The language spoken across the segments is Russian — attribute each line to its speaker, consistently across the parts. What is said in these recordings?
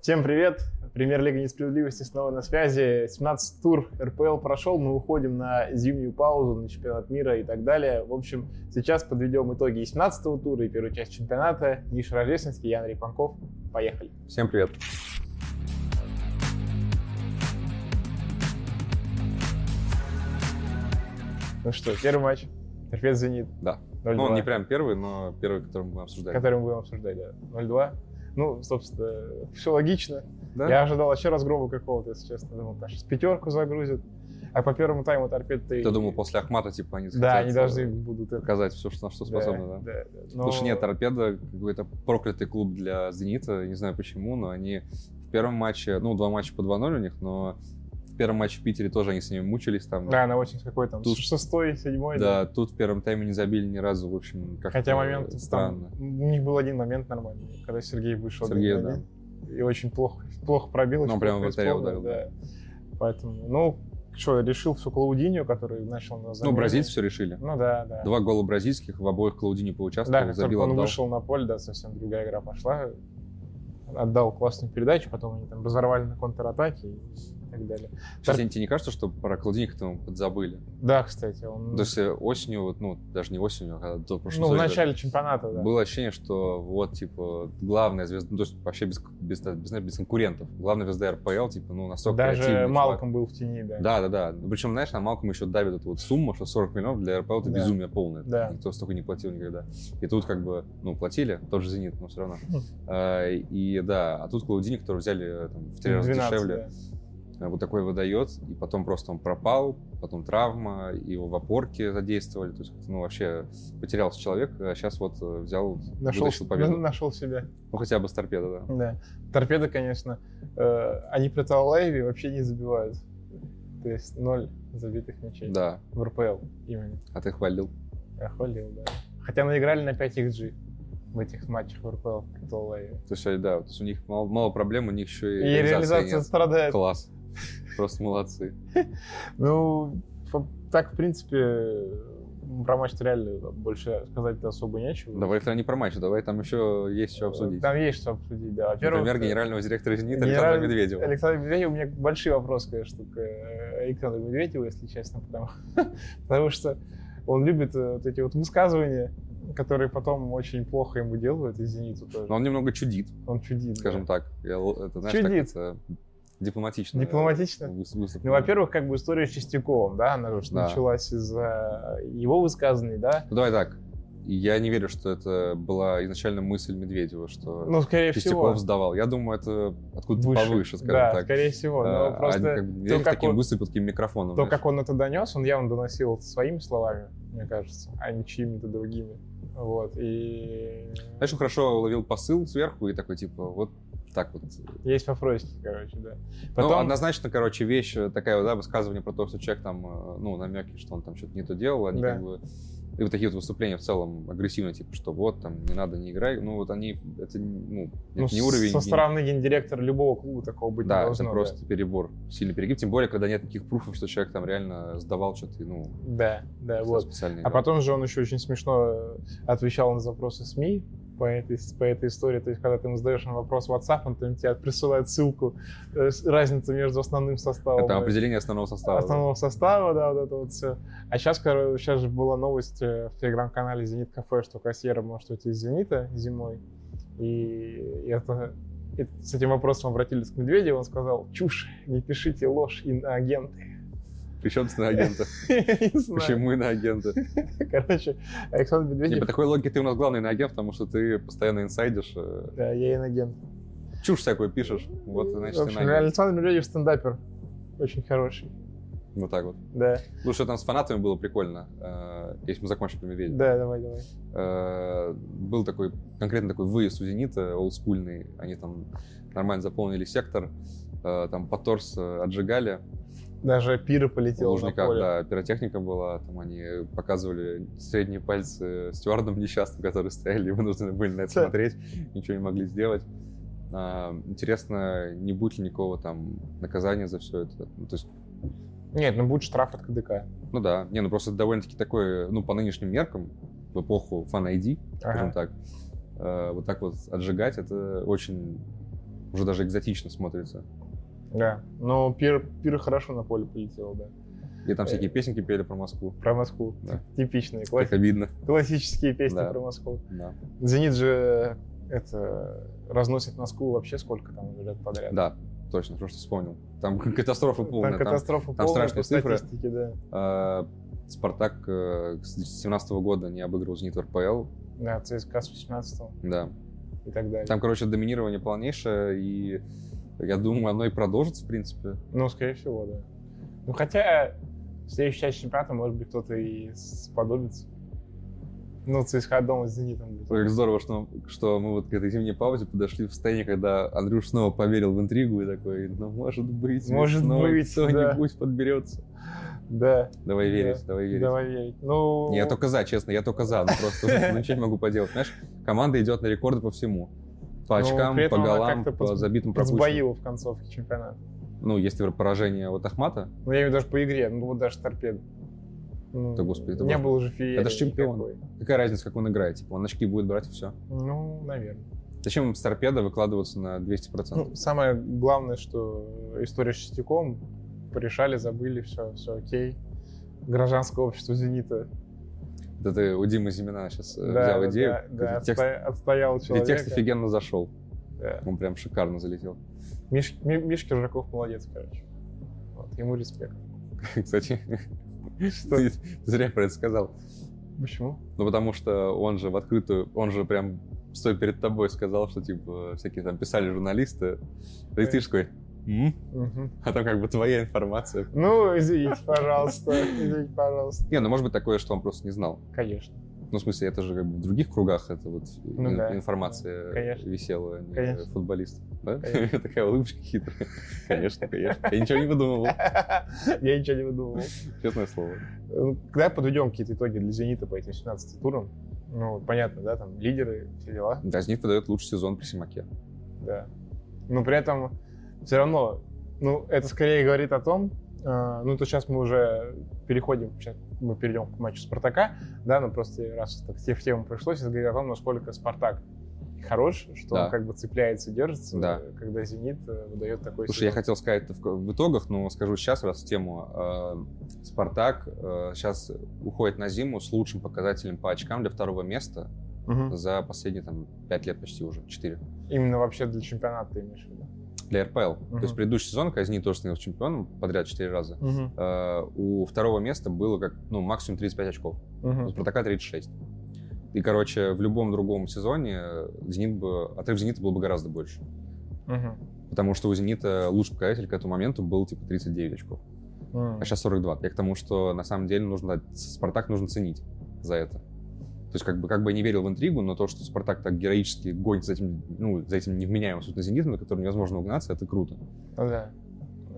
Speaker 1: Всем привет! Премьер-лига несправедливости снова на связи. 17 тур РПЛ прошел, мы уходим на зимнюю паузу, на чемпионат мира и так далее. В общем, сейчас подведем итоги и 17 тура, и первую часть чемпионата. Миша Рождественский, Ян Репанков. Поехали!
Speaker 2: Всем привет!
Speaker 1: Ну что, первый матч. Торпед Зенит.
Speaker 2: Да.
Speaker 1: 0-2,
Speaker 2: Ну, он не прям первый, но первый, который мы обсуждали.
Speaker 1: который мы будем обсуждать, да. 0-2. Ну, собственно, все логично.
Speaker 2: Да?
Speaker 1: Я ожидал вообще разгрома какого-то, если честно. Думал, там сейчас пятерку загрузят. А по первому тайму торпед ты...
Speaker 2: Ты думал, после Ахмата, типа, они
Speaker 1: Да,
Speaker 2: захотят,
Speaker 1: они
Speaker 2: э,
Speaker 1: должны будут это...
Speaker 2: показать все, что, на что способны, да?
Speaker 1: да, да. Но-
Speaker 2: Потому что нет, Торпеда какой-то проклятый клуб для Зенита, не знаю почему, но они в первом матче, ну, два матча по 2-0 у них, но в первом матче в Питере тоже они с ними мучились там.
Speaker 1: Да, она очень какой там,
Speaker 2: Тут-
Speaker 1: шестой, седьмой.
Speaker 2: Да, тут в первом тайме не забили ни разу, в общем, как
Speaker 1: Хотя момент
Speaker 2: странно. Ну,
Speaker 1: там, у них был один момент нормальный, когда Сергей вышел.
Speaker 2: Сергей,
Speaker 1: один на один. И очень плохо, плохо пробил.
Speaker 2: Ну,
Speaker 1: очень
Speaker 2: прямо
Speaker 1: плохо
Speaker 2: в вратаря
Speaker 1: исполнил,
Speaker 2: ударил,
Speaker 1: да. Поэтому, ну, что, решил всю Клаудинию, который начал на
Speaker 2: Ну,
Speaker 1: замене.
Speaker 2: бразильцы все решили.
Speaker 1: Ну, да, да.
Speaker 2: Два гола бразильских, в обоих Клаудини
Speaker 1: да,
Speaker 2: поучаствовал,
Speaker 1: как только
Speaker 2: забил,
Speaker 1: он
Speaker 2: отдал.
Speaker 1: вышел на поле, да, совсем другая игра пошла. Отдал классную передачу, потом они там разорвали на контратаке и так далее.
Speaker 2: Сейчас, тебе не кажется, что про Клаудини там подзабыли?
Speaker 1: Да, кстати, он...
Speaker 2: То есть э, осенью, вот, ну, даже не осенью, а когда до прошлой
Speaker 1: ну, в
Speaker 2: зимы,
Speaker 1: начале чемпионата, да.
Speaker 2: Было ощущение, что вот, типа, главная звезда, ну, то есть вообще без, без, без, без конкурентов, главная звезда РПЛ, типа, ну, настолько
Speaker 1: Даже
Speaker 2: креативный
Speaker 1: Малком был в тени, да.
Speaker 2: чувак. Да, да, да. Причем, знаешь, на Малком еще давит эта вот сумма, что 40 миллионов для РПЛ это
Speaker 1: Да.
Speaker 2: безумие полное.
Speaker 1: Да.
Speaker 2: Никто столько не платил никогда. И тут как бы, ну, платили, тот же «Зенит», но все равно.
Speaker 1: Хм.
Speaker 2: А, И да, а тут Клаудини, который взяли э, там, в три раза
Speaker 1: 12,
Speaker 2: дешевле,
Speaker 1: да.
Speaker 2: а вот такой выдает, и потом просто он пропал, потом травма, его в опорке задействовали, то есть, ну, вообще потерялся человек, а сейчас вот э, взял,
Speaker 1: Нашел,
Speaker 2: вытащил победу.
Speaker 1: нашел себя.
Speaker 2: Ну, хотя бы с торпеда, да.
Speaker 1: Да. Торпеды, конечно, э, они при Талаеве вообще не забивают. То есть ноль забитых мячей
Speaker 2: Да,
Speaker 1: в РПЛ именно.
Speaker 2: а ты хвалил.
Speaker 1: Я хвалил, да. Хотя наиграли на 5 XG в этих матчах в РПЛ при Талаеве.
Speaker 2: То есть, э, да, то есть у них мало, мало проблем, у них еще
Speaker 1: И
Speaker 2: и,
Speaker 1: реализация
Speaker 2: нет.
Speaker 1: страдает.
Speaker 2: Класс. Просто молодцы.
Speaker 1: Ну, по- так, в принципе, э, про матч реально больше сказать-то особо нечего.
Speaker 2: Давай тогда не про матч, давай там еще есть что обсудить.
Speaker 1: Там есть что обсудить, да. Во-первых,
Speaker 2: Например,
Speaker 1: э,
Speaker 2: генерального директора «Зенита»
Speaker 1: генеральный-
Speaker 2: Александра Медведева.
Speaker 1: Александр Медведев, у меня большие вопросы, конечно, к э, Александру Медведеву, если честно, потому, потому что он любит э, вот эти вот высказывания, которые потом очень плохо ему делают, и «Зениту» тоже.
Speaker 2: Но он немного чудит,
Speaker 1: Он чудит.
Speaker 2: скажем
Speaker 1: да.
Speaker 2: так. Я л- Это, знаешь,
Speaker 1: Чудит.
Speaker 2: так это дипломатично. э,
Speaker 1: Дипломатично?
Speaker 2: выс- выступлено.
Speaker 1: Ну, во-первых, как бы история с Чистяковым, да, она же
Speaker 2: Да.
Speaker 1: началась из-за его высказаний, да.
Speaker 2: Ну, давай так. Я не верю, что это была изначально мысль Медведева, что
Speaker 1: Ну, скорее
Speaker 2: Чистяков
Speaker 1: всего.
Speaker 2: сдавал. Я думаю, это откуда-то
Speaker 1: выше.
Speaker 2: повыше, скажем
Speaker 1: да,
Speaker 2: так.
Speaker 1: скорее всего.
Speaker 2: А,
Speaker 1: Но
Speaker 2: они
Speaker 1: просто
Speaker 2: как бы Медведев
Speaker 1: как
Speaker 2: таким
Speaker 1: он-
Speaker 2: выступил, таким микрофоном.
Speaker 1: то,
Speaker 2: знаешь.
Speaker 1: как он это донес, он явно доносил это своими словами, мне кажется, а не чьими-то другими. Вот, и...
Speaker 2: Знаешь, он хорошо ловил посыл сверху и такой, типа, вот так вот.
Speaker 1: Есть вопросики, короче, да.
Speaker 2: Ну,
Speaker 1: Потом,
Speaker 2: однозначно, короче, вещь э, такая, вот, да, высказывание про то, что человек там, э, ну, намеки, что он там что-то не то делал, они
Speaker 1: Да.
Speaker 2: как бы... И вот такие вот выступления в целом агрессивные, типа, что вот, там, не надо, не играй. Ну, вот они, это, ну,
Speaker 1: ну,
Speaker 2: это не уровень.
Speaker 1: Со
Speaker 2: не-
Speaker 1: стороны гендиректора любого клуба такого быть не
Speaker 2: Да,
Speaker 1: должно.
Speaker 2: это просто перебор, сильный перегиб, тем более, когда нет таких пруфов, что человек там реально сдавал что-то, и, ну,
Speaker 1: Да, да, да
Speaker 2: что-то
Speaker 1: вот.
Speaker 2: специально
Speaker 1: А
Speaker 2: играл.
Speaker 1: потом же он еще очень смешно э, отвечал на запросы СМИ по этой, по этой истории. То есть, когда ты ему задаешь на вопрос в WhatsApp, он там тебе присылает ссылку, э, с- разницу между основным составом.
Speaker 2: Это
Speaker 1: и-
Speaker 2: определение основного состава. да.
Speaker 1: основного состава, да, вот это вот все. А сейчас, короче, сейчас же была новость э, в телеграм-канале Зенит Кафе, что кассира может уйти из Зенита зимой. И это и с этим вопросом обратились к Медведеву, он сказал, чушь, не пишите ложь и на агенты.
Speaker 2: Причем на агента.
Speaker 1: Я не знаю.
Speaker 2: Почему и на агента?
Speaker 1: Короче, Александр
Speaker 2: Не, по
Speaker 1: Медведев,
Speaker 2: такой логике ты у нас главный иноагент, потому что ты постоянно инсайдишь, э,
Speaker 1: да, я инагент.
Speaker 2: чушь всякую пишешь, вот
Speaker 1: Ну, В
Speaker 2: значит
Speaker 1: общем,
Speaker 2: иноагент.
Speaker 1: Александр Медведев стендапер, очень хороший.
Speaker 2: Вот так вот.
Speaker 1: Да,
Speaker 2: Лучше там с фанатами было прикольно, э, если мы закончим про Медведя.
Speaker 1: да, давай, давай.
Speaker 2: Э, Был такой, конкретно такой выезд у «Зенита» олдскульный, они там нормально заполнили сектор, э, там по торс э, отжигали,
Speaker 1: Даже пиры
Speaker 2: В
Speaker 1: полетел на
Speaker 2: Лужниках,
Speaker 1: поле.
Speaker 2: да, пиротехника была, там они показывали средние пальцы стюардам несчастным, которые стояли и вынуждены были на это
Speaker 1: Да.
Speaker 2: смотреть, ничего не могли сделать. А, Интересно, не будет ли никакого там наказания за все это? Ну, то есть,
Speaker 1: Нет, ну будет штраф от КДК.
Speaker 2: ну да, не, ну просто это довольно-таки такое, ну по нынешним меркам, в эпоху фан-айди, скажем
Speaker 1: Ага.
Speaker 2: так, э, вот так вот отжигать, это очень уже даже экзотично смотрится.
Speaker 1: Да. Но пир, пир хорошо на поле полетел, да.
Speaker 2: И
Speaker 1: Э.
Speaker 2: там всякие песенки пели про Москву.
Speaker 1: Про Москву.
Speaker 2: Да.
Speaker 1: Типичные,
Speaker 2: Как
Speaker 1: класс-
Speaker 2: обидно.
Speaker 1: классические песни
Speaker 2: Да.
Speaker 1: про Москву.
Speaker 2: Да.
Speaker 1: Зенит же это разносит Москву вообще сколько там лет подряд.
Speaker 2: Да, точно, просто вспомнил. Там катастрофа полная.
Speaker 1: Там
Speaker 2: там,
Speaker 1: катастрофа полная
Speaker 2: страшные
Speaker 1: по
Speaker 2: цифры.
Speaker 1: статистике, да.
Speaker 2: э, Спартак э, с 17 года не обыгрывал Зенит в РПЛ.
Speaker 1: Да, ЦСКА с 18
Speaker 2: Да.
Speaker 1: и так далее.
Speaker 2: Там, короче, доминирование полнейшее, и я думаю, оно и продолжится, в принципе.
Speaker 1: Ну, скорее всего, да. Ну, хотя в следующей части чемпионата, может быть, кто-то и сподобится. Ну, ЦСКА дома с Зенитом. будет.
Speaker 2: Ой, Как здорово, что, что мы вот к этой зимней паузе подошли в состоянии, когда Андрюш снова поверил в интригу и такой, ну, может быть,
Speaker 1: Может
Speaker 2: весной
Speaker 1: быть,
Speaker 2: кто-нибудь подберется.
Speaker 1: Да,
Speaker 2: Давай верить, давай верить.
Speaker 1: давай верить. Ну,
Speaker 2: Не, Я только за, честно, я только за. Ну просто ну, ничего не могу поделать. Знаешь, команда идет на рекорды по всему.
Speaker 1: Ну,
Speaker 2: По очкам,
Speaker 1: при этом
Speaker 2: по
Speaker 1: она
Speaker 2: голам,
Speaker 1: как-то
Speaker 2: по
Speaker 1: подс-
Speaker 2: забитым пропущенным.
Speaker 1: сбоила в концовке чемпионата.
Speaker 2: Ну, если поражение от Ахмата,
Speaker 1: Ну, я имею в виду даже по игре, ну, вот даже торпед. Ну,
Speaker 2: Да, господи, это
Speaker 1: не
Speaker 2: боже.
Speaker 1: было же феерии
Speaker 2: Это ж чемпион.
Speaker 1: никакой.
Speaker 2: какая разница, как он играет? Типа, он очки будет брать и все.
Speaker 1: Ну, наверное.
Speaker 2: Зачем с торпеда выкладываться на 200%?
Speaker 1: Ну, самое главное, что история с Чистяком порешали, забыли, все, все окей. Гражданское общество «Зенита»
Speaker 2: Это ты у Димы Зимина сейчас
Speaker 1: Ну. Да,
Speaker 2: взял
Speaker 1: да,
Speaker 2: идею.
Speaker 1: да, да,
Speaker 2: и, текст,
Speaker 1: отстоя- отстоял
Speaker 2: и
Speaker 1: человека.
Speaker 2: текст офигенно зашел.
Speaker 1: Да.
Speaker 2: Он прям шикарно залетел.
Speaker 1: Миш- Ми- Мишка Жаков молодец, короче. Вот, ему респект.
Speaker 2: Кстати, ты зря про это сказал.
Speaker 1: Почему?
Speaker 2: Ну, потому что он же в открытую, он же прям стоя перед тобой сказал, что, типа, всякие там писали журналисты. И ты ж такой, «М?»
Speaker 1: Мгм.
Speaker 2: а там как бы твоя информация.
Speaker 1: Ну, извините, пожалуйста, извините, пожалуйста.
Speaker 2: Не, ну, может быть, такое, что он просто не знал.
Speaker 1: Конечно.
Speaker 2: Ну, в смысле, это же как бы в других кругах это вот
Speaker 1: Ну
Speaker 2: ин-
Speaker 1: да,
Speaker 2: информация
Speaker 1: да, конечно.
Speaker 2: висела, а не
Speaker 1: Конечно.
Speaker 2: футболист. Да?
Speaker 1: Конечно.
Speaker 2: Такая улыбочка хитрая. Конечно, конечно. Я ничего не выдумывал,
Speaker 1: Я ничего не выдумывал.
Speaker 2: честное слово.
Speaker 1: Ну, Когда подведем какие-то итоги для «Зенита» по этим 17 турам, ну, понятно, да, там лидеры, все дела,
Speaker 2: Да, Зенит подает лучший сезон при Симаке.
Speaker 1: да. Но при этом все равно, ну, это скорее говорит о том, э, ну, то сейчас мы уже переходим, сейчас мы перейдем к матчу «Спартака», да, но просто раз так те- в тему пришлось, это говорит о том, насколько «Спартак» хорош, что
Speaker 2: Да.
Speaker 1: он как бы цепляется, держится,
Speaker 2: Да.
Speaker 1: э, когда «Зенит» э, выдает такой
Speaker 2: Слушай, я
Speaker 1: сезон.
Speaker 2: хотел сказать это в, в итогах, но скажу сейчас, раз в тему. Э, Спартак э, сейчас уходит на зиму с лучшим показателем по очкам для второго места
Speaker 1: Мгм.
Speaker 2: за последние там, 5 лет почти уже, 4,
Speaker 1: Именно вообще для чемпионата ты имеешь в виду?
Speaker 2: для РПЛ. То
Speaker 1: Мгм.
Speaker 2: есть предыдущий сезон, когда Зенит тоже становился чемпионом подряд 4 раза,
Speaker 1: Мгм.
Speaker 2: э, у второго места было как ну, максимум 35 очков, у
Speaker 1: Мгм.
Speaker 2: Спартака 36. И, короче, в любом другом сезоне Зенит бы, отрыв Зенита был бы гораздо больше.
Speaker 1: Мгм.
Speaker 2: Потому что у Зенита лучший показатель к этому моменту был типа 39 очков.
Speaker 1: Мгм.
Speaker 2: А сейчас 42. Я к тому, что на самом деле нужно Спартак нужно ценить за это. То есть, как бы, как бы я не верил в интригу, но то, что Спартак так героически гонит за этим, ну, за этим невменяемым, собственно, зенитом, на которым невозможно угнаться, это круто.
Speaker 1: Ну да.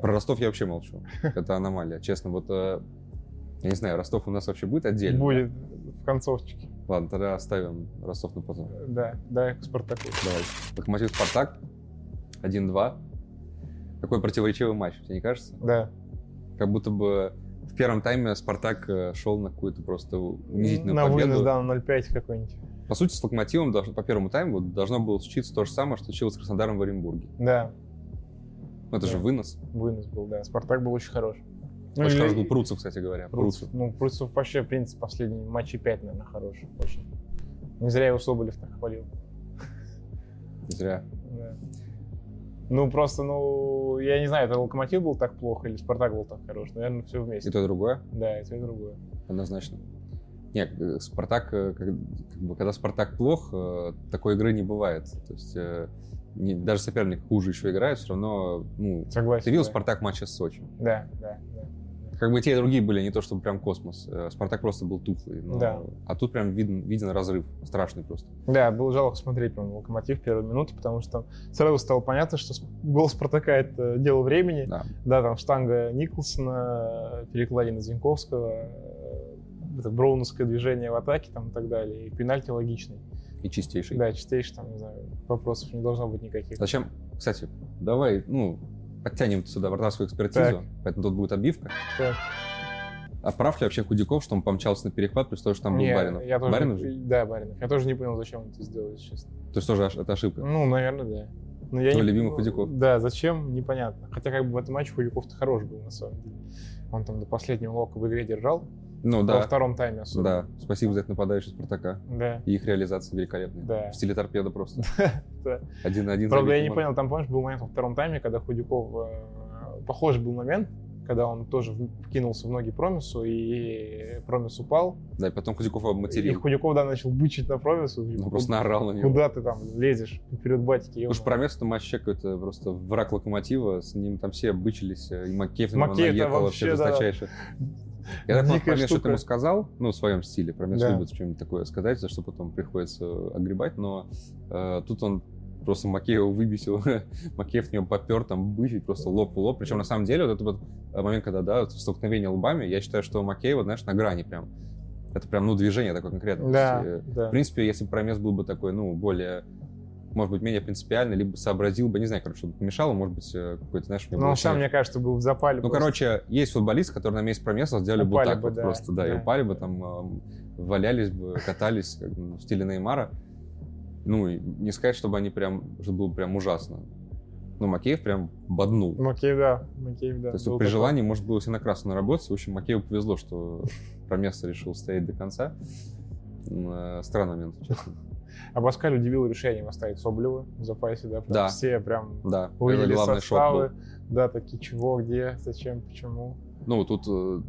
Speaker 2: Про Ростов я вообще молчу. Это аномалия. Честно, вот э, я не знаю, Ростов у нас вообще будет отдельно.
Speaker 1: Будет в концовочке.
Speaker 2: Ладно, тогда оставим Ростов на потом.
Speaker 1: Да, да, к Спартаку.
Speaker 2: Давай. Локомотив Спартак 1-2. Какой противоречивый матч, тебе не кажется?
Speaker 1: Да.
Speaker 2: Как будто бы в первом тайме Спартак э, шел на какую-то просто унизительную
Speaker 1: На
Speaker 2: победу.
Speaker 1: вынос, да, на 0,5 какой-нибудь.
Speaker 2: По сути, с Локомотивом должно- по первому тайму вот должно было случиться то же самое, что случилось с Краснодаром в Оренбурге.
Speaker 1: Да,
Speaker 2: Ну, это
Speaker 1: Да.
Speaker 2: же вынос.
Speaker 1: вынос был, да. Спартак был очень хорош. Ну,
Speaker 2: Очень
Speaker 1: или-
Speaker 2: хорошо был Пруцев, кстати говоря. Пруцев.
Speaker 1: Пруцев. Ну, Пруцев вообще, в принципе, последний матчи 5, наверное, хороший. Очень. Не зря его Соболев так хвалил.
Speaker 2: Не Зря.
Speaker 1: Да. Ну, просто, ну, я не знаю, это Локомотив был так плохо или Спартак был так хорош. Наверное, все
Speaker 2: И
Speaker 1: вместе.
Speaker 2: то, и другое,
Speaker 1: Да, и то, и другое.
Speaker 2: однозначно. Нет, э, Спартак, э, как- как бы, когда Спартак плох, э, такой игры не бывает. То есть э, не- даже соперник хуже еще играет, все равно, ну,
Speaker 1: Согласен.
Speaker 2: ты видел
Speaker 1: да.
Speaker 2: Спартак матча с Сочи?
Speaker 1: Да, да, да.
Speaker 2: Как бы те и другие были, не то чтобы прям космос. Э, Спартак просто был тухлый. но-
Speaker 1: Да.
Speaker 2: А тут прям виден, виден разрыв, страшный просто.
Speaker 1: Да, было жалко смотреть прям локомотив первые минуты, потому что там сразу стало понятно, что сп- гол Спартака это дело времени.
Speaker 2: Да.
Speaker 1: Да, там штанга Николсона, перекладина Зинковского, э, это броуновское движение в атаке там и так далее, и пенальти логичный.
Speaker 2: И чистейший.
Speaker 1: Да, чистейший там, не знаю, вопросов не должно быть никаких.
Speaker 2: Зачем? Кстати, давай, ну, подтянем сюда вратарскую экспертизу,
Speaker 1: Так.
Speaker 2: поэтому тут будет обивка.
Speaker 1: Так.
Speaker 2: А прав ли вообще Худяков, что он помчался на перехват, при том, что там был
Speaker 1: Не,
Speaker 2: Баринов?
Speaker 1: Я тоже
Speaker 2: Баринов
Speaker 1: не-
Speaker 2: же?
Speaker 1: Да, Баринов. Я тоже не понял, зачем он это сделал, если честно.
Speaker 2: То есть тоже ош- это ошибка.
Speaker 1: Ну, наверное, да. Но я
Speaker 2: Твой
Speaker 1: не-
Speaker 2: любимый Худяков.
Speaker 1: Да, зачем, непонятно. Хотя как бы в этом матче Худяков-то хорош был, на самом деле. Он там до последнего лока в игре держал,
Speaker 2: Ну
Speaker 1: во
Speaker 2: да,
Speaker 1: втором тайме особенно.
Speaker 2: да. Спасибо за это нападающего Спартака.
Speaker 1: Да.
Speaker 2: И их реализация великолепная.
Speaker 1: Да.
Speaker 2: В стиле торпеда просто.
Speaker 1: Да.
Speaker 2: Один на один.
Speaker 1: Правда, я
Speaker 2: забитый
Speaker 1: не
Speaker 2: марк.
Speaker 1: понял, там, помнишь, был момент во втором тайме, когда Худяков... э, Похожий был момент, когда он тоже кинулся в ноги Промису, и Промис упал.
Speaker 2: Да, и потом Кузяков
Speaker 1: И
Speaker 2: обматерил.
Speaker 1: Худяков, да, начал бычить на Промису.
Speaker 2: Он просто наорал на него.
Speaker 1: Куда ты там лезешь? Вперед батики.
Speaker 2: Уж про место матч какой-то просто враг локомотива, с ним там все обычились, э, и Макеев на него
Speaker 1: Макеев, да,
Speaker 2: наехал вообще
Speaker 1: вообще, да.
Speaker 2: жесточайше. Я так понимаю,
Speaker 1: Дикая
Speaker 2: Промес
Speaker 1: штука.
Speaker 2: что-то ему сказал, ну, в своем стиле, Промес
Speaker 1: Да.
Speaker 2: любит что-нибудь такое сказать, за что потом приходится огребать, но э, тут он просто Макеева выбесил, Макеев в него попер, там, бычить, просто лоб в лоб. Причем, на самом деле, вот этот вот э, момент, когда, да, вот столкновение лбами, я считаю, что у Макеева, знаешь, на грани прям. Это прям, ну, движение такое конкретное. То
Speaker 1: Да,
Speaker 2: есть, э,
Speaker 1: да.
Speaker 2: в принципе, если бы промес был бы такой, ну, более, может быть, менее принципиальный, либо сообразил бы, не знаю, короче, чтобы помешало, может быть, э, какой-то, знаешь, у меня
Speaker 1: Но
Speaker 2: было
Speaker 1: он сам,
Speaker 2: ощущение-
Speaker 1: мне кажется, был в запале.
Speaker 2: Ну,
Speaker 1: просто.
Speaker 2: короче, есть футболисты, которые на месте промеса сделали бы вот
Speaker 1: Упали
Speaker 2: так
Speaker 1: бы,
Speaker 2: вот
Speaker 1: да,
Speaker 2: просто, да, и
Speaker 1: да.
Speaker 2: упали бы там, эм, валялись бы, катались как бы, в стиле Неймара. Ну, и не сказать, чтобы они прям, чтобы было прям ужасно. Ну, Макеев прям боднул.
Speaker 1: Макеев, да. Макеев, да.
Speaker 2: То есть
Speaker 1: Ну, был
Speaker 2: вот при
Speaker 1: такой.
Speaker 2: желании может было все на красную наработать. В общем, Макееву повезло, что Промес решил стоять до конца. М, э, Странный момент, честно.
Speaker 1: А Паскаль удивил решением оставить Соболева в запасе, да? прям
Speaker 2: Да.
Speaker 1: Все прям
Speaker 2: Да, это
Speaker 1: увидели
Speaker 2: главный шок был.
Speaker 1: составы. Да, такие, чего, где, зачем, почему.
Speaker 2: Ну, тут, э,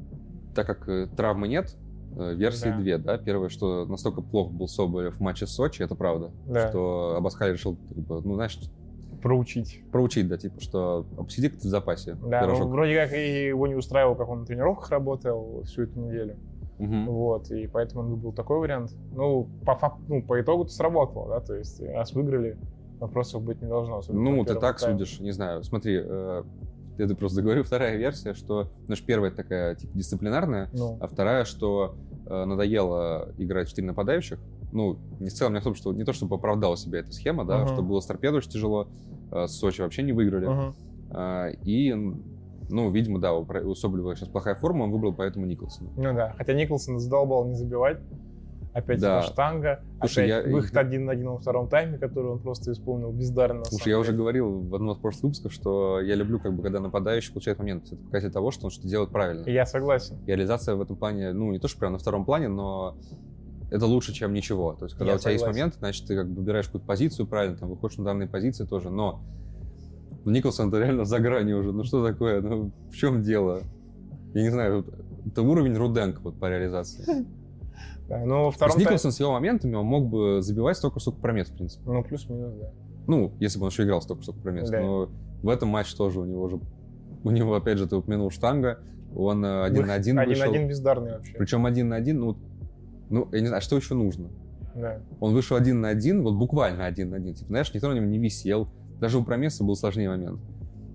Speaker 2: так как э, травмы нет, э, версии
Speaker 1: Да.
Speaker 2: две, да. Первое, что настолько плохо был Соболев в матче с Сочи, это правда,
Speaker 1: Да.
Speaker 2: что Абаскаль решил, как бы, ну, знаешь,
Speaker 1: Проучить.
Speaker 2: проучить, да, типа, что обсиди ты в запасе,
Speaker 1: Да, ну,
Speaker 2: пирожок.
Speaker 1: вроде как и его не устраивал, как он на тренировках работал всю эту неделю.
Speaker 2: Мгм.
Speaker 1: Вот, и поэтому был такой вариант. Ну, по, фак- ну, по итогу это сработало, да, то есть раз выиграли, вопросов быть не должно. особенно
Speaker 2: Ну,
Speaker 1: по
Speaker 2: ты
Speaker 1: первому
Speaker 2: так
Speaker 1: тайму.
Speaker 2: судишь, не знаю. Смотри, э, я это просто говорю, вторая версия, что, ну, ж первая такая, типа, дисциплинарная,
Speaker 1: Ну,
Speaker 2: а вторая, что э, надоело играть в 4 нападающих. Ну, не в целом, не особо, что не то, чтобы оправдала себя эта схема, да,
Speaker 1: Мгм.
Speaker 2: что было с торпедой очень тяжело, э, с Сочи вообще не выиграли.
Speaker 1: мгм.
Speaker 2: А, И, ну, видимо, да, у Про- у Соболева сейчас плохая форма, он выбрал поэтому Николсона.
Speaker 1: ну да, хотя Николсон задолбал не забивать. Опять
Speaker 2: Да.
Speaker 1: эта штанга,
Speaker 2: Слушай,
Speaker 1: опять
Speaker 2: я-
Speaker 1: выход один на один во втором тайме, который он просто исполнил бездарно. на
Speaker 2: Слушай,
Speaker 1: самом
Speaker 2: я уже
Speaker 1: деле.
Speaker 2: говорил в одном из прошлых выпусков, что я люблю, как бы, когда нападающий получает момент. Это показатель того, что он что-то делает правильно.
Speaker 1: Я согласен.
Speaker 2: Реализация в этом плане, ну, не то, что прям на втором плане, но это лучше, чем ничего. То есть, когда
Speaker 1: Я
Speaker 2: у тебя есть
Speaker 1: согласен.
Speaker 2: момент, значит, ты как бы выбираешь какую-то позицию правильно, там, выходишь на данные позиции тоже, но ну, Николсон, это реально за гранью уже. Ну, что такое? Ну, в чем дело? Я не знаю, вот это уровень Руденко вот по реализации.
Speaker 1: Да, но во
Speaker 2: То есть
Speaker 1: втором тайме...
Speaker 2: Николсон с его моментами он мог бы забивать столько, сколько промет, в принципе.
Speaker 1: Ну, плюс-минус, да.
Speaker 2: Ну, если бы он еще играл столько, сколько промет.
Speaker 1: Да.
Speaker 2: Но в этом матче тоже у него же... У него, опять же, ты упомянул штанга. Он э, один
Speaker 1: Выход-
Speaker 2: на один вышел.
Speaker 1: Один бездарный вообще.
Speaker 2: Причем один на один, ну... Ну, я не знаю, что еще нужно?
Speaker 1: Да.
Speaker 2: Он вышел один на один, вот буквально один на один. Типа, знаешь, никто на нем не висел. Даже у Промеса был сложнее момент.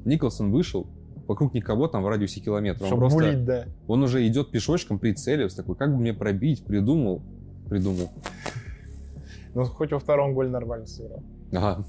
Speaker 2: Николсон вышел, вокруг никого там в радиусе километра. Он
Speaker 1: Чтобы
Speaker 2: просто...
Speaker 1: булить, да.
Speaker 2: Он уже идет пешочком, прицелился, такой, как бы мне пробить, придумал, придумал.
Speaker 1: Ну, хоть во втором голь нормально сыграл.
Speaker 2: Ага,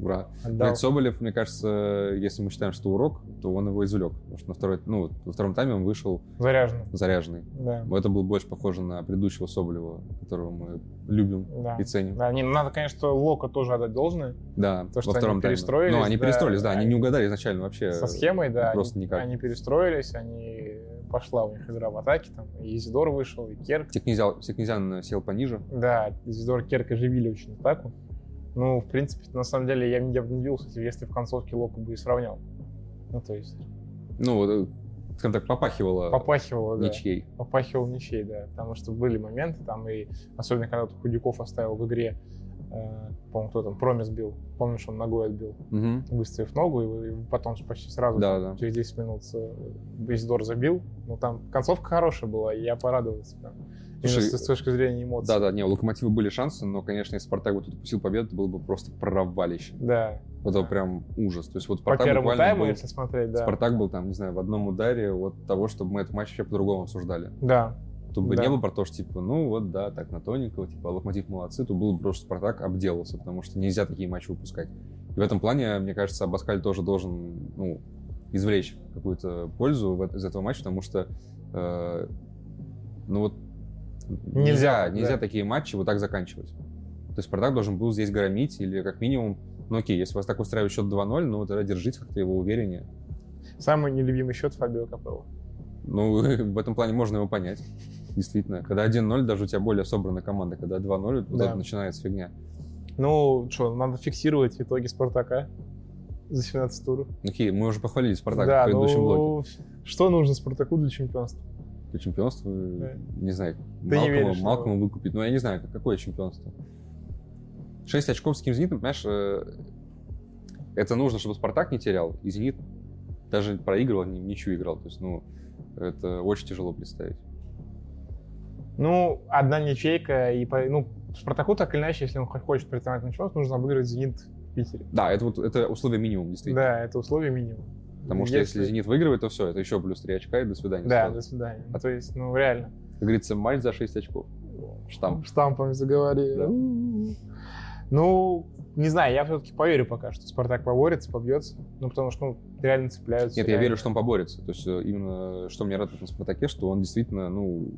Speaker 2: ура.
Speaker 1: Отдал.
Speaker 2: Блядь, Соболев, мне кажется, если мы считаем, что урок, то он его извлек. Потому что на второй, ну, во втором тайме он вышел
Speaker 1: Заряженным.
Speaker 2: заряженный.
Speaker 1: Да.
Speaker 2: Это было больше похоже на предыдущего Соболева, которого мы любим
Speaker 1: Да.
Speaker 2: и ценим.
Speaker 1: Да, не, надо, конечно, Лока тоже отдать должное.
Speaker 2: Да,
Speaker 1: То, что
Speaker 2: во втором
Speaker 1: они
Speaker 2: тайме.
Speaker 1: перестроились,
Speaker 2: Ну, они
Speaker 1: да,
Speaker 2: перестроились, да, они
Speaker 1: они-
Speaker 2: не угадали изначально вообще.
Speaker 1: Со схемой, да,
Speaker 2: Э, просто
Speaker 1: они,
Speaker 2: никак.
Speaker 1: они перестроились, они пошла у них игра в атаке, там и Изидор вышел, и Керк.
Speaker 2: Технизян, Технизян сел пониже.
Speaker 1: Да, Изидор и Керк оживили очень атаку. Ну, в принципе, на самом деле, я, бы- я бы не удивился, если- если в концовке Локу бы и сравнял. Ну, то есть,
Speaker 2: Ну, вот, э, скажем так, попахивало
Speaker 1: попахивало, да.
Speaker 2: ничьей.
Speaker 1: попахивал ничей, да, потому что были моменты там, и особенно когда вот Худяков оставил в игре, э, по-моему, кто там, Промис бил, помнишь, он ногой отбил,
Speaker 2: Мгм.
Speaker 1: выставив ногу, и, и потом почти сразу,
Speaker 2: Да, да.
Speaker 1: через 10 минут э, Изидор забил, ну там концовка хорошая была, и я порадовался прям. Именно
Speaker 2: Слушай,
Speaker 1: с, с точки зрения эмоций.
Speaker 2: Да, да, не, у Локомотива были шансы, но, конечно, если Спартак бы тут упустил победу, это было бы просто провалище.
Speaker 1: Да.
Speaker 2: Вот Это прям ужас. То есть вот
Speaker 1: По
Speaker 2: Спартак
Speaker 1: первому
Speaker 2: буквально
Speaker 1: тайму,
Speaker 2: был-
Speaker 1: если смотреть, да.
Speaker 2: Спартак был там, не знаю, в одном ударе от того, чтобы мы этот матч вообще по-другому обсуждали.
Speaker 1: Да,
Speaker 2: Тут бы
Speaker 1: Да.
Speaker 2: не было про то, что типа, ну вот да, так на тоненького, типа, Локомотив молодцы, тут был бы просто Спартак обделался, потому что нельзя такие матчи выпускать. И в этом плане, мне кажется, Абаскаль тоже должен, ну, извлечь какую-то пользу в эт- из этого матча, потому что, э, ну вот,
Speaker 1: Нельзя,
Speaker 2: нельзя, нельзя
Speaker 1: да.
Speaker 2: такие матчи вот так заканчивать. То есть Спартак должен был здесь громить или как минимум Ну окей, если вас так устраивает счет 2-0, ну тогда держите как-то его увереннее.
Speaker 1: Самый нелюбимый счет Фабио Капелло.
Speaker 2: Ну, в этом плане можно его понять. Действительно. Когда 1-0, даже у тебя более собранная команда. Когда 2-0, вот
Speaker 1: Да.
Speaker 2: это начинается фигня.
Speaker 1: Ну, что, надо фиксировать итоги Спартака за 17 туров.
Speaker 2: Окей, мы уже похвалили Спартак
Speaker 1: Да,
Speaker 2: в предыдущем
Speaker 1: ну,
Speaker 2: блоке.
Speaker 1: Что нужно Спартаку для чемпионства?
Speaker 2: Для чемпионства,
Speaker 1: Да.
Speaker 2: не знаю,
Speaker 1: не
Speaker 2: Малкома,
Speaker 1: веришь,
Speaker 2: Малкома выкупить. Ну, я не знаю, какое чемпионство. 6 очков с кем «Зенитом», понимаешь, э, это нужно, чтобы «Спартак» не терял, и «Зенит» даже проигрывал, не- в ничью играл. То есть, ну, это очень тяжело представить.
Speaker 1: Ну, одна ячейка, и по- ну, Спартаку так или иначе, если он хоть хочет претендовать на чемпионство, нужно обыгрывать «Зенит» в Питере.
Speaker 2: Да, это вот это условие минимум, действительно.
Speaker 1: Да, это условие минимум.
Speaker 2: Потому что если «Зенит» выигрывает, то все, это еще плюс 3 очка и до свидания.
Speaker 1: Да,
Speaker 2: сразу.
Speaker 1: до свидания. А то есть, ну, реально.
Speaker 2: Как говорится, матч за 6 очков. Штамп.
Speaker 1: Штампами заговорили.
Speaker 2: Да.
Speaker 1: Ну, не знаю, я все-таки поверю пока, что Спартак поборется, побьется. Ну, потому что, ну, реально цепляются.
Speaker 2: Нет, я
Speaker 1: реально.
Speaker 2: верю, что он поборется. То есть э, именно что мне радует на Спартаке, что он действительно, ну,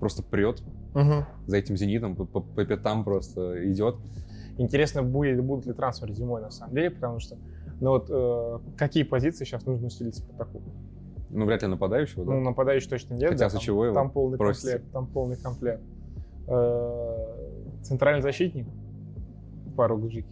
Speaker 2: просто прет
Speaker 1: Мгм.
Speaker 2: за этим зенитом, по, по- по пятам просто идет.
Speaker 1: Интересно, будет, будут ли трансферы зимой, на самом деле, потому что, ну, вот, э, какие позиции сейчас нужно усилить Спартаку?
Speaker 2: Ну, вряд ли нападающего, да?
Speaker 1: Ну, нападающий точно нет.
Speaker 2: Хотя
Speaker 1: да, там-
Speaker 2: Сычевой его
Speaker 1: Там полный
Speaker 2: просите.
Speaker 1: комплект. Там полный комплект. Э, Центральный защитник. Пару гужики.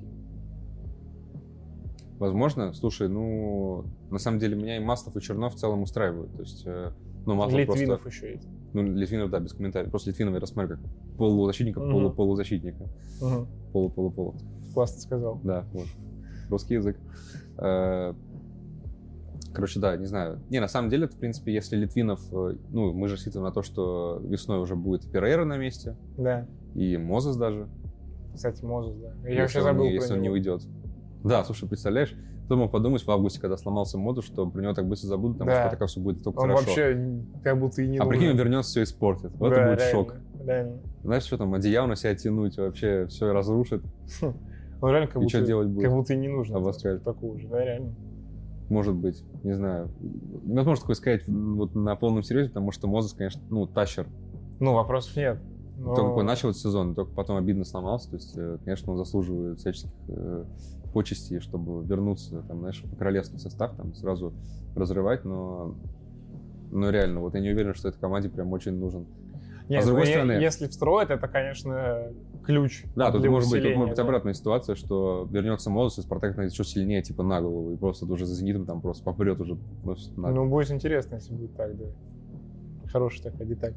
Speaker 2: Возможно, слушай, ну, на самом деле меня и Маслов, и Чернов в целом устраивают. То есть, э, ну, Маслов
Speaker 1: Литвинов
Speaker 2: просто...
Speaker 1: еще есть.
Speaker 2: Ну, Литвинов, да, без комментариев. Просто Литвинов я рассматриваю как полузащитника,
Speaker 1: Мгм.
Speaker 2: полу- полузащитника.
Speaker 1: Мгм.
Speaker 2: Полу-полу-полу.
Speaker 1: Классно сказал.
Speaker 2: Да, вот. Русский язык. Э, Короче, да, не знаю. Не, на самом деле, это, в принципе, если Литвинов... э, Ну, мы же рассчитываем на то, что весной уже будет и Перейра на месте,
Speaker 1: Да.
Speaker 2: и Мозес даже.
Speaker 1: Кстати, Мозес, да. Я
Speaker 2: если
Speaker 1: вообще
Speaker 2: он,
Speaker 1: забыл
Speaker 2: не- Если
Speaker 1: про
Speaker 2: он не
Speaker 1: него.
Speaker 2: уйдет. Да, слушай, представляешь, кто мог подумать в августе, когда сломался Мозес, что про него так быстро забудут, потому
Speaker 1: Да.
Speaker 2: что пока все будет только
Speaker 1: Он
Speaker 2: хорошо.
Speaker 1: вообще н- как будто и не
Speaker 2: А
Speaker 1: нужен.
Speaker 2: прикинь, он вернется, все испортит. Вот
Speaker 1: Да,
Speaker 2: это будет
Speaker 1: реально,
Speaker 2: шок.
Speaker 1: реально.
Speaker 2: Знаешь, что там, одеяло на себя тянуть, вообще все разрушит.
Speaker 1: Он реально как
Speaker 2: и что
Speaker 1: будто,
Speaker 2: делать
Speaker 1: как
Speaker 2: будет?
Speaker 1: будто и не нужен. Типа,
Speaker 2: Обостряет.
Speaker 1: Такого уже, да, реально.
Speaker 2: Может быть, не знаю. Невозможно такое сказать м, вот на полном серьезе, потому что Мозес, конечно, ну, тащер.
Speaker 1: Ну, вопросов нет. Но-
Speaker 2: Только он начал этот сезон, только потом обидно сломался. То есть, э, конечно, он заслуживает всяческих э, почестей, чтобы вернуться, там, знаешь, по королевский состав, там, сразу разрывать, но... Но реально, вот я не уверен, что этой команде прям очень нужен.
Speaker 1: Нет,
Speaker 2: а с другой
Speaker 1: ну, е-
Speaker 2: стороны-
Speaker 1: Если встроят, это, конечно, ключ
Speaker 2: Да, тут
Speaker 1: для
Speaker 2: может быть, тут
Speaker 1: усиления,
Speaker 2: может быть
Speaker 1: да.
Speaker 2: обратная ситуация, что вернется Мозес, и Спартак станет еще сильнее, типа, на голову, и просто уже за «Зенитом» там просто попрет уже. ну, на-
Speaker 1: Ну, будет интересно, если будет так, да. Хорошая такая деталь.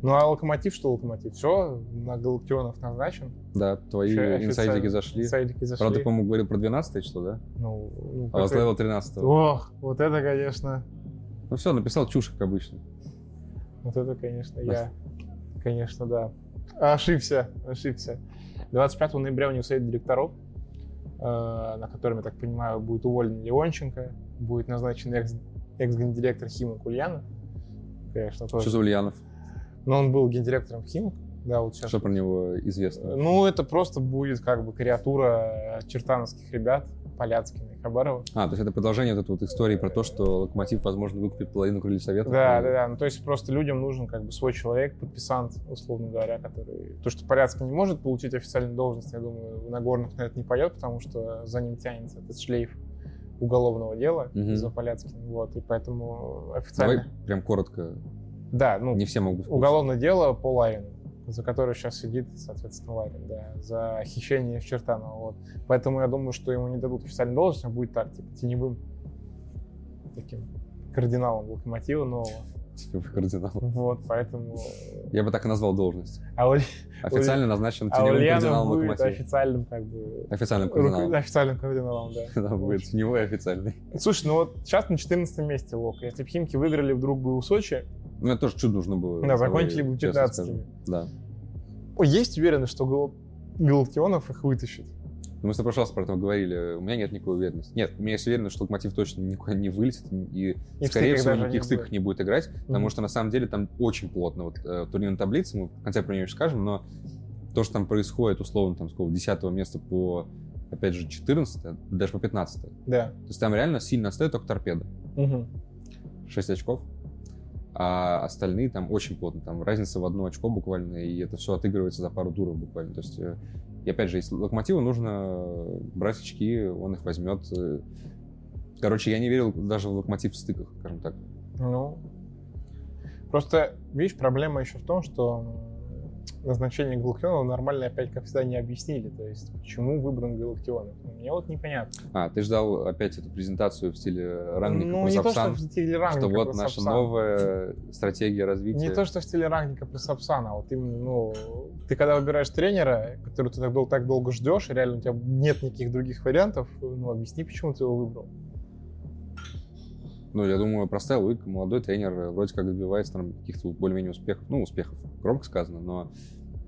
Speaker 1: Ну, а локомотив, что локомотив? Все, на Галактионов назначен.
Speaker 2: Да, твои
Speaker 1: Всё официально.
Speaker 2: инсайдики зашли.
Speaker 1: Инсайдики зашли.
Speaker 2: Правда, ты, по-моему, говорил про 12 число, да?
Speaker 1: ну, ну,
Speaker 2: А у вас
Speaker 1: как это-
Speaker 2: левел 13
Speaker 1: Ох, вот это, конечно,
Speaker 2: Ну все, написал чушь, как обычно.
Speaker 1: вот это, конечно, я, конечно, да. Ошибся, ошибся. 25 ноября у него совет директоров, э, на котором, я так понимаю, будет уволен Леонченко, будет назначен экс- экс-гендиректор Хима Кульянов. Конечно, тоже.
Speaker 2: Что за Ульянов?
Speaker 1: Но он был гендиректором Химок. Да, вот сейчас
Speaker 2: Что про него известно?
Speaker 1: Ну, это просто будет как бы карикатура чертановских ребят, Поляцкина и Хабарова.
Speaker 2: А, то есть это продолжение вот этой вот истории про то, что Локомотив, возможно, выкупит половину крыльев совета.
Speaker 1: Да, да, да. Ну, то есть просто людям нужен как бы свой человек, подписант, условно говоря, который... То, что Поляцкин не может получить официальную должность, я думаю, в Нагорных на это не поет, потому что за ним тянется этот шлейф уголовного дела
Speaker 2: Мгм.
Speaker 1: за Поляцкин. Вот, и поэтому
Speaker 2: Давай
Speaker 1: официально...
Speaker 2: прям коротко.
Speaker 1: Да, ну,
Speaker 2: Не все могут. в курсе.
Speaker 1: уголовное дело по Ларину, за которое сейчас сидит, соответственно, Ларин, да, за хищение Чертанова, вот. Поэтому я думаю, что ему не дадут официальную должность, он будет так, типа, теневым таким кардиналом локомотива нового.
Speaker 2: Типа кардинал.
Speaker 1: Вот, поэтому...
Speaker 2: Я бы так и назвал должность.
Speaker 1: А, Уль-
Speaker 2: Официально назначен
Speaker 1: а
Speaker 2: теневым
Speaker 1: Ульянов
Speaker 2: кардиналом
Speaker 1: будет
Speaker 2: Локомотива.
Speaker 1: официальным, как бы...
Speaker 2: Официальным
Speaker 1: руко-
Speaker 2: кардиналом.
Speaker 1: Официальным кардиналом, да.
Speaker 2: Да, будет теневой официальный.
Speaker 1: Слушай, ну вот сейчас на 14 месте Лок. Если бы Химки выиграли вдруг бы у Сочи,
Speaker 2: Ну, это тоже чудо нужно было.
Speaker 1: да,
Speaker 2: с тобой,
Speaker 1: закончили бы
Speaker 2: честно
Speaker 1: 15
Speaker 2: скажу. Да.
Speaker 1: Ой, есть уверенность, что Гал- Галактионов их вытащит?
Speaker 2: Но мы с тобой в прошлый раз про это говорили. У меня нет никакой уверенности. Нет, у меня есть уверенность, что Локомотив точно никуда не вылетит. И
Speaker 1: И в стыках
Speaker 2: Скорее всего,
Speaker 1: даже
Speaker 2: никаких
Speaker 1: не
Speaker 2: стыков
Speaker 1: будет.
Speaker 2: не будет играть, потому
Speaker 1: Мгм.
Speaker 2: что на самом деле там очень плотно. Вот э, турнирная таблица, мы в конце про нее еще скажем, но то, что там происходит, условно, там, с какого 10 места по, опять же, 14 даже по 15 то
Speaker 1: Да.
Speaker 2: есть там реально сильно отстает только торпеда.
Speaker 1: Мгм.
Speaker 2: 6 очков. а остальные там очень плотно, там разница в одно очко буквально, и это все отыгрывается за пару туров буквально. То есть, э, и опять же, если Локомотиву нужно брать очки, он их возьмет. Э, Короче, я не верил даже в Локомотив в стыках, скажем так.
Speaker 1: Ну, просто, видишь, проблема еще в том, что м, назначение Галактионова нормально опять, как всегда, не объяснили. То есть, почему выбран Галактионов? Мне вот непонятно.
Speaker 2: А, ты ждал опять эту презентацию в стиле Рангника
Speaker 1: ну, не то, что в стиле
Speaker 2: что,
Speaker 1: Рангника
Speaker 2: вот
Speaker 1: про
Speaker 2: наша
Speaker 1: Сапсан.
Speaker 2: новая стратегия развития.
Speaker 1: Не то, что в стиле Рангника про Сапсана, а вот именно, ну, ты когда выбираешь тренера, которого ты так, дол- так долго ждешь, и реально у тебя нет никаких других вариантов, ну, объясни, почему ты его выбрал.
Speaker 2: Ну, я думаю, простая логика. Молодой тренер э, вроде как добивается там, каких-то более-менее успехов. Ну, успехов, громко сказано, но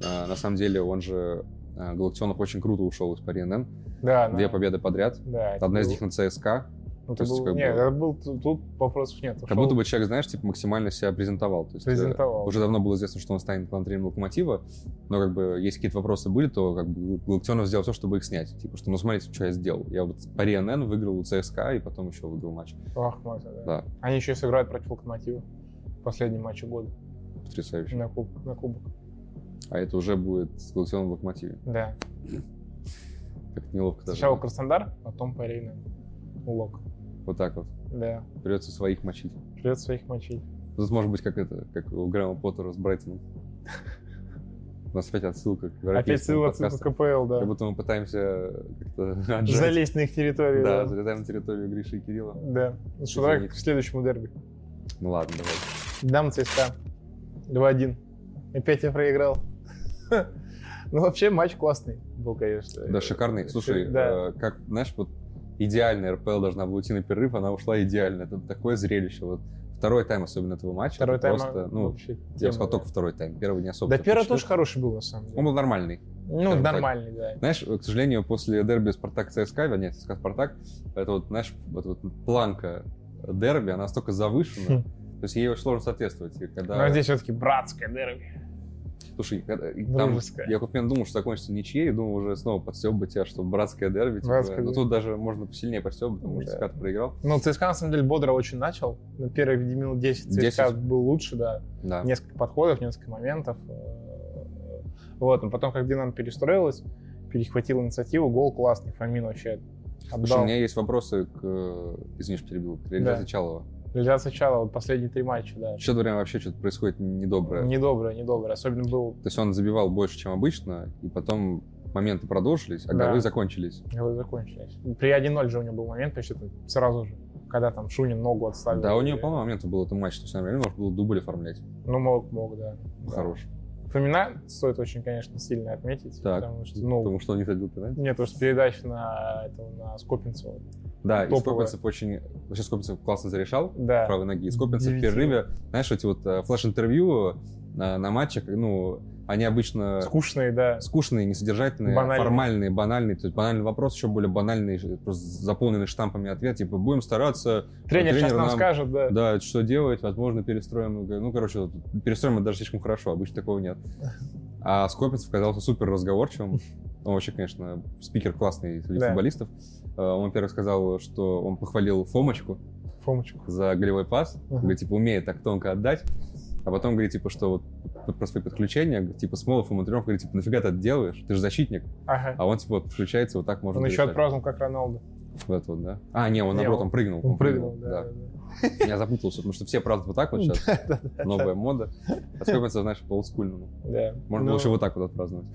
Speaker 2: э, на самом деле он же, э, Галактионов очень круто ушел из Пари НН.
Speaker 1: Да,
Speaker 2: Две
Speaker 1: на-
Speaker 2: победы подряд.
Speaker 1: Да, это
Speaker 2: Одна из
Speaker 1: был-
Speaker 2: них на ЦСКА.
Speaker 1: ну,
Speaker 2: то
Speaker 1: это
Speaker 2: есть
Speaker 1: был-
Speaker 2: как бы-
Speaker 1: Нет, это был, тут, тут вопросов нет.
Speaker 2: Как будто бы человек, знаешь, типа максимально себя презентовал. То есть, э,
Speaker 1: презентовал.
Speaker 2: Уже давно было известно, что он станет главным тренером Локомотива, но как бы если какие-то вопросы были, то как бы Галактионов сделал все, чтобы их снять. Типа, что ну смотрите, что я сделал. Я вот Пари НН выиграл у ЦСКА и потом еще выиграл матч.
Speaker 1: Лохматый, да.
Speaker 2: Да,
Speaker 1: Они еще и сыграют против Локомотива в последнем матче года
Speaker 2: потрясающе.
Speaker 1: на, куб- на кубок.
Speaker 2: А это уже будет с Галактионом в Локомотиве.
Speaker 1: Да.
Speaker 2: Как неловко даже.
Speaker 1: Сначала Краснодар, потом Парина. Лок.
Speaker 2: Вот так вот.
Speaker 1: Да.
Speaker 2: Придется своих мочить.
Speaker 1: Придется своих мочить.
Speaker 2: Тут может быть как это, как у Грэма Поттера с Брайтоном. У нас опять отсылка к
Speaker 1: Опять
Speaker 2: европейскому
Speaker 1: ссылка ссылка
Speaker 2: подкасту.
Speaker 1: КПЛ,
Speaker 2: Как
Speaker 1: да.
Speaker 2: будто мы пытаемся как-то отжать.
Speaker 1: Залезть на их территорию.
Speaker 2: Да,
Speaker 1: да.
Speaker 2: залетаем на территорию Гриши и Кирилла.
Speaker 1: Да. Ну что, давай к следующему дерби.
Speaker 2: Ну ладно, давай.
Speaker 1: Дам ЦСКА. 2-1. Опять я проиграл. Ну, вообще, матч классный был, конечно.
Speaker 2: Да, шикарный. Слушай,
Speaker 1: Да.
Speaker 2: э, как, знаешь, вот идеальная РПЛ должна была уйти на перерыв, она ушла идеально. Это такое зрелище. Вот второй тайм особенно этого матча.
Speaker 1: Второй
Speaker 2: это
Speaker 1: тайм
Speaker 2: Просто,
Speaker 1: а,
Speaker 2: ну,
Speaker 1: вообще
Speaker 2: я бы
Speaker 1: тема,
Speaker 2: сказал,
Speaker 1: да.
Speaker 2: только второй тайм. Первый не особо.
Speaker 1: Да,
Speaker 2: так
Speaker 1: первый
Speaker 2: впечатлил.
Speaker 1: тоже хороший был, на самом
Speaker 2: Он
Speaker 1: деле.
Speaker 2: был нормальный.
Speaker 1: Ну,
Speaker 2: так.
Speaker 1: нормальный, да.
Speaker 2: Знаешь, к сожалению, после дерби Спартак ЦСКА, вернее, ЦСКА Спартак, это вот, знаешь, вот, вот планка дерби, она настолько завышена,
Speaker 1: Хм.
Speaker 2: то есть ей очень сложно соответствовать. И когда...
Speaker 1: Но здесь все-таки братское дерби.
Speaker 2: Слушай, когда- и там
Speaker 1: Дружеская.
Speaker 2: я купил, думал, что закончится ничьей, и думал уже снова подстебать тебя, что братское дерби. типа,
Speaker 1: Братское
Speaker 2: но
Speaker 1: дерби.
Speaker 2: тут даже можно посильнее подстебать, потому что
Speaker 1: Да.
Speaker 2: ЦСКА проиграл.
Speaker 1: Ну, ЦСКА, на самом деле, бодро очень начал. На первые минут 10 ЦСКА
Speaker 2: 10.
Speaker 1: был лучше, да.
Speaker 2: Да.
Speaker 1: Несколько подходов, несколько моментов. Э, Вот, но потом, как Динамо перестроилась, перехватил инициативу, гол классный, Фомин вообще
Speaker 2: Слушай, у
Speaker 1: отдал.
Speaker 2: меня есть вопросы к... э, Извини, что перебил. К реализации
Speaker 1: Да.
Speaker 2: Чалова.
Speaker 1: Для сначала, вот последние три матча, да.
Speaker 2: Что-то время вообще что-то происходит недоброе.
Speaker 1: Недоброе, недоброе. Особенно был
Speaker 2: То есть он забивал больше, чем обычно, и потом моменты продолжились, а
Speaker 1: Да.
Speaker 2: голы закончились.
Speaker 1: голы закончились. При 1-0 же у него был момент, почти сразу же, когда там Шунин ногу отставил.
Speaker 2: Да, у
Speaker 1: И-
Speaker 2: него полно моментов было в этом матче, то есть, наверное, можно было дубль оформлять.
Speaker 1: Ну, мог, мог, да. Да.
Speaker 2: Хорош.
Speaker 1: Фомина стоит очень, конечно, сильно отметить,
Speaker 2: Так.
Speaker 1: потому что, ну,
Speaker 2: Потому что он не забил пенальти.
Speaker 1: Нет, просто передача на, этого, на Скопинцева.
Speaker 2: Да, и
Speaker 1: Ну, Топовая.
Speaker 2: Скопинцев очень... Вообще Скопинцев классно зарешал
Speaker 1: Да.
Speaker 2: правой ноги. И Скопинцев в
Speaker 1: Девятина.
Speaker 2: перерыве, знаешь, эти вот э, флеш-интервью на, на матчах, ну, они обычно
Speaker 1: Скучные, да.
Speaker 2: скучные, несодержательные,
Speaker 1: Банальные.
Speaker 2: формальные, банальные. То есть банальный вопрос, еще более банальный, просто заполненный штампами ответ. Типа, будем стараться,
Speaker 1: Тренер,
Speaker 2: тренер
Speaker 1: сейчас нам,
Speaker 2: нам-
Speaker 1: скажет, да.
Speaker 2: да, что делать, возможно, перестроим. игру. Ну, короче, вот перестроим это даже слишком хорошо, обычно такого нет. А Скопинцев оказался супер разговорчивым. Он вообще, конечно, спикер классный среди
Speaker 1: Да.
Speaker 2: футболистов. Э, Он, во-первых, сказал, что он похвалил Фомочку
Speaker 1: Фомочку.
Speaker 2: за голевой пас.
Speaker 1: Ага.
Speaker 2: Говорит, типа, умеет так тонко отдать. А потом говорит, типа, что вот п- про свои подключения, говорит, типа, Смолов и Матвеев, говорит, типа, нафига ты это делаешь? Ты же защитник.
Speaker 1: Ага.
Speaker 2: А он, типа, вот включается, вот так можно
Speaker 1: Он еще
Speaker 2: решать.
Speaker 1: отпраздновал, как Роналду.
Speaker 2: Вот это вот, да? А, не, он,
Speaker 1: Не,
Speaker 2: наоборот,
Speaker 1: он-
Speaker 2: он прыгнул.
Speaker 1: Он прыгнул, да. да,
Speaker 2: да. Я запутался, потому что все, правда, вот так вот сейчас.
Speaker 1: да. Да,
Speaker 2: Новая мода. А скопится, знаешь, по олдскульному.
Speaker 1: Да.
Speaker 2: Можно
Speaker 1: Ну,
Speaker 2: лучше вот так вот отпраздновать.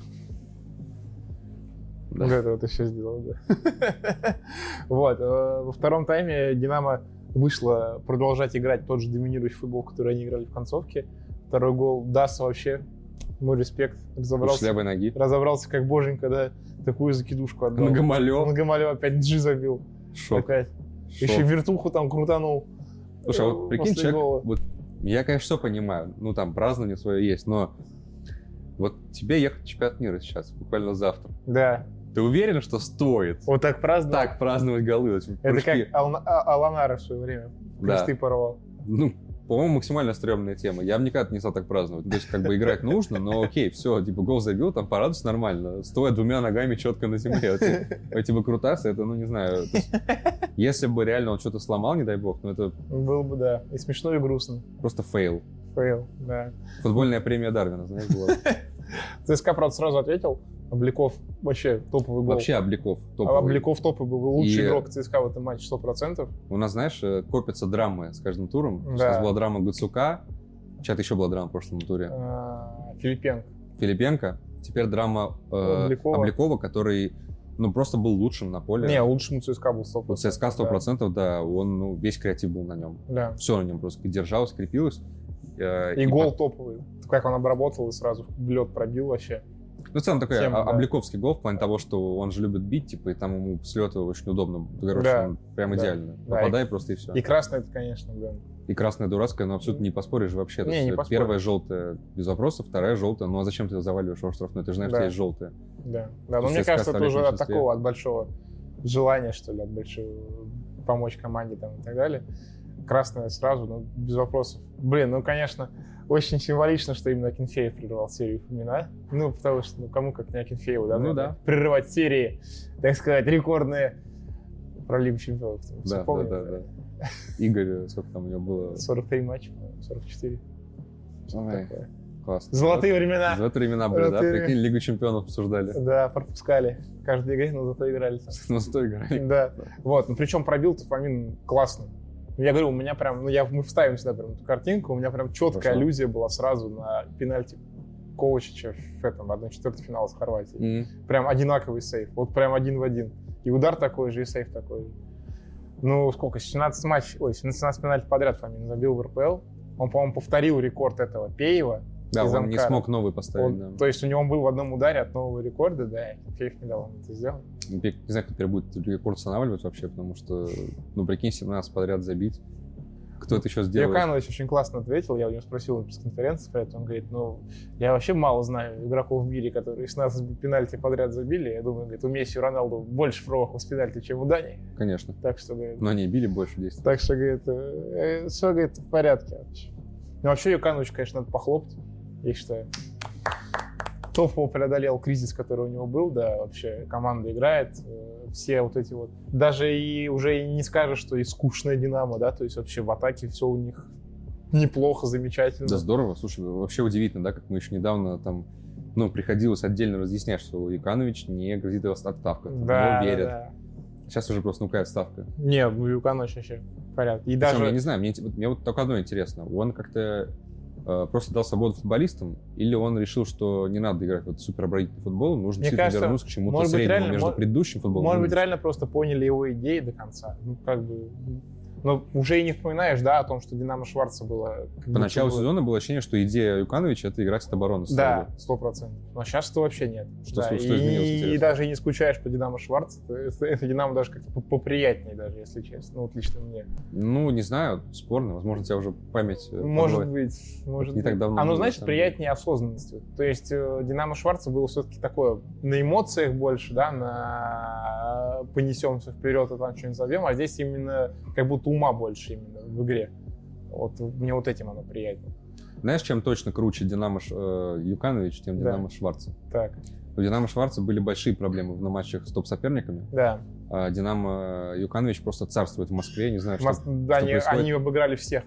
Speaker 2: Да.
Speaker 1: Вот это вот еще сделал, да. Вот. э, Во втором тайме Динамо вышло продолжать играть тот же доминирующий футбол, который они играли в концовке. Второй гол Даса вообще. Ну, респект.
Speaker 2: Лучше с
Speaker 1: Разобрался,
Speaker 2: левой ноги.
Speaker 1: разобрался как боженька, да. Такую закидушку отдал.
Speaker 2: Ногомалек.
Speaker 1: Нагомалев опять джи забил.
Speaker 2: Шок.
Speaker 1: Опять. Еще
Speaker 2: шок.
Speaker 1: вертуху там крутанул.
Speaker 2: Слушай, а вот
Speaker 1: э,
Speaker 2: прикинь,
Speaker 1: после
Speaker 2: человек,
Speaker 1: гола.
Speaker 2: вот я, конечно, все понимаю, ну там празднование свое есть, но вот тебе ехать в чемпионат мира сейчас, буквально завтра.
Speaker 1: Да.
Speaker 2: Ты уверен, что стоит
Speaker 1: Вот так праздновал.
Speaker 2: так праздновать голы? Вот эти
Speaker 1: Это
Speaker 2: прыжки?
Speaker 1: как Ална- А- Аланара в свое время.
Speaker 2: да.
Speaker 1: Кресты порвал.
Speaker 2: Ну, по-моему, максимально стрёмная тема. Я бы никогда не стал так праздновать. То есть, как бы играть нужно, но окей, все, типа, гол забил, там порадуйся нормально, стоя двумя ногами четко на земле. Вот Эти, эти выкрутасы, это, ну, не знаю. то есть, если бы реально он что-то сломал, не дай бог, ну, это
Speaker 1: Было бы, да. И смешно, и грустно.
Speaker 2: просто фейл.
Speaker 1: Фейл, да.
Speaker 2: Футбольная премия Дарвина, знаешь, была.
Speaker 1: ЦСКА, правда, сразу ответил. Обликов вообще топовый гол.
Speaker 2: Вообще Обликов
Speaker 1: А
Speaker 2: топовый.
Speaker 1: Обликов топовый был лучший
Speaker 2: И-
Speaker 1: игрок ЦСКА в этом матче, 100%.
Speaker 2: У нас, знаешь, э, копятся драмы с каждым туром. То есть
Speaker 1: Да.
Speaker 2: У нас была драма Гацука, чат еще была драма в прошлом туре.
Speaker 1: А, Филипенко.
Speaker 2: Филипенко, теперь драма э,
Speaker 1: Обликова.
Speaker 2: Обликова, который, ну, просто был лучшим на поле.
Speaker 1: Не, лучшим ЦСКА был 100%.
Speaker 2: У ЦСКА 100%, да, он, ну, весь креатив был на нем.
Speaker 1: Да.
Speaker 2: Все на нем просто держалось, крепилось. Э,
Speaker 1: И
Speaker 2: по-
Speaker 1: гол топовый. Как он обработал и сразу в лед пробил вообще.
Speaker 2: Ну, в целом, такой
Speaker 1: Тема,
Speaker 2: а-
Speaker 1: да.
Speaker 2: Обляковский гол в плане того, что он же любит бить, типа, и там ему с лёта очень удобно. Короче,
Speaker 1: Да.
Speaker 2: он прям
Speaker 1: Да.
Speaker 2: идеально.
Speaker 1: Да,
Speaker 2: Попадай просто и все.
Speaker 1: И красный это, конечно, да.
Speaker 2: И красная дурацкая, но абсолютно не поспоришь вообще. То
Speaker 1: Не,
Speaker 2: есть
Speaker 1: не
Speaker 2: это
Speaker 1: поспоришь.
Speaker 2: Первая желтая без вопросов, вторая желтая. Ну а зачем ты заваливаешь его штрафной? Ты же знаешь,
Speaker 1: Да.
Speaker 2: что есть желтая.
Speaker 1: Да, да
Speaker 2: То
Speaker 1: но
Speaker 2: есть
Speaker 1: мне кажется,
Speaker 2: ЦСКА
Speaker 1: это
Speaker 2: оставляет
Speaker 1: уже от
Speaker 2: меньшинстве.
Speaker 1: такого, от большого желания, что ли, от большого помочь команде там и так далее. Красная сразу, ну, без вопросов. Блин, ну, конечно, очень символично, что именно Акинфеев прервал серию Фомина. Ну, потому что, ну, кому как не Акинфееву, да?
Speaker 2: Ну
Speaker 1: наверное, Прерывать серии, так сказать, рекордные про Лигу Чемпионов. Там, все
Speaker 2: Да, да,
Speaker 1: помнят,
Speaker 2: да, да. Игорь, э, сколько там у него было?
Speaker 1: 43 матча, по-моему, 44. что-то
Speaker 2: Ой,
Speaker 1: такое.
Speaker 2: Классно.
Speaker 1: Золотые времена.
Speaker 2: Золотые времена были, да?
Speaker 1: Золотые.
Speaker 2: Прикинь, Лигу чемпионов обсуждали.
Speaker 1: Да, пропускали каждую игре, но зато играли. там.
Speaker 2: На сто играли.
Speaker 1: Да. Вот, ну причем пробил то Фомин ну, классно. Я говорю, у меня прям, ну я, мы вставим сюда прям эту картинку, у меня прям четкая
Speaker 2: Хорошо.
Speaker 1: аллюзия была сразу на пенальти Ковачича в этом, 1-4 финала с Хорватией.
Speaker 2: М.
Speaker 1: Прям одинаковый сейф, вот прям один в один. И удар такой же, и сейф такой же. Ну сколько, 17 матч, ой, 17 пенальти подряд Фомин забил в РПЛ. Он, по-моему, повторил рекорд этого Пеева.
Speaker 2: Да,
Speaker 1: из
Speaker 2: он не
Speaker 1: Амкара.
Speaker 2: смог новый поставить.
Speaker 1: Он-
Speaker 2: да.
Speaker 1: То есть у него он был в одном ударе от нового рекорда, да, и Феев не дал ему это сделать.
Speaker 2: Я Не знаю, кто теперь будет рекорд устанавливать вообще, потому что, ну, прикинь, 17 подряд забить. Кто это еще сделает?
Speaker 1: Юканович очень классно ответил, я у него спросил на пресс-конференции про это, он говорит, ну, я вообще мало знаю игроков в мире, которые 16 пенальти подряд забили, я думаю, говорит, у Месси и Роналду больше промахов с пенальти, чем у Дани,
Speaker 2: Конечно.
Speaker 1: так что, говорит,
Speaker 2: Но они били больше 10.
Speaker 1: так что, говорит, все, говорит, в порядке вообще. Ну, вообще Юканович, конечно, надо похлопать, я считаю. Топово преодолел кризис, который у него был, да, вообще команда играет, э, все вот эти вот, даже и уже и не скажешь, что и скучная Динамо, да, то есть вообще в атаке все у них неплохо, замечательно.
Speaker 2: Да здорово, слушай, вообще удивительно, да, как мы еще недавно там, ну, приходилось отдельно разъяснять, что Юканович не грозит его отставка. там,
Speaker 1: да,
Speaker 2: его
Speaker 1: да,
Speaker 2: ну, верят.
Speaker 1: да.
Speaker 2: Сейчас уже просто ну, нукает ставка.
Speaker 1: Не, ну Юканович вообще в порядке. И
Speaker 2: Даже...
Speaker 1: даже...
Speaker 2: я не знаю, мне, эти- вот- мне вот только одно интересно. Он как-то э, просто дал свободу футболистам, или он решил, что не надо играть вот супер футбол, нужно
Speaker 1: Мне
Speaker 2: действительно
Speaker 1: кажется,
Speaker 2: вернуться к чему-то
Speaker 1: может быть,
Speaker 2: среднему
Speaker 1: реально,
Speaker 2: между
Speaker 1: мож-
Speaker 2: предыдущим футболом.
Speaker 1: Может
Speaker 2: и
Speaker 1: быть,
Speaker 2: нынешним.
Speaker 1: реально просто поняли его идеи до конца. Ну, как бы... Но уже и не вспоминаешь, да, о том, что Динамо Шварца было... как
Speaker 2: По началу
Speaker 1: будто бы-
Speaker 2: сезона было ощущение, что идея Юкановича — это играть от обороны. с
Speaker 1: Да,
Speaker 2: тобой.
Speaker 1: сто процентов. Но сейчас то вообще нет. Да,
Speaker 2: Что с-
Speaker 1: и,
Speaker 2: что изменилось,
Speaker 1: и
Speaker 2: интересно?
Speaker 1: даже и не скучаешь по Динамо Шварц. Это, это Динамо даже как-то по- поприятнее даже, если честно. Ну, вот лично мне.
Speaker 2: Ну, не знаю, спорно. Возможно, у тебя уже память... э,
Speaker 1: Может
Speaker 2: подводит.
Speaker 1: быть, может
Speaker 2: Не
Speaker 1: быть.
Speaker 2: так давно
Speaker 1: Оно,
Speaker 2: было,
Speaker 1: знаешь,
Speaker 2: на самом
Speaker 1: приятнее осознанностью. То есть э, Динамо Шварца было все-таки такое на эмоциях больше, да, на понесемся вперед и там что-нибудь зовем, а здесь именно как будто ума больше именно в игре. Вот мне вот этим оно приятно.
Speaker 2: Знаешь, чем точно круче Динамо Ш- э, Юканович, тем
Speaker 1: Да.
Speaker 2: Динамо Шварца?
Speaker 1: Так,
Speaker 2: У Динамо Шварца были большие проблемы на матчах с топ-соперниками.
Speaker 1: да.
Speaker 2: А Динамо Юканович просто царствует в Москве, не знаю, что...
Speaker 1: Мос- да, они,
Speaker 2: происходит?
Speaker 1: они обыграли всех.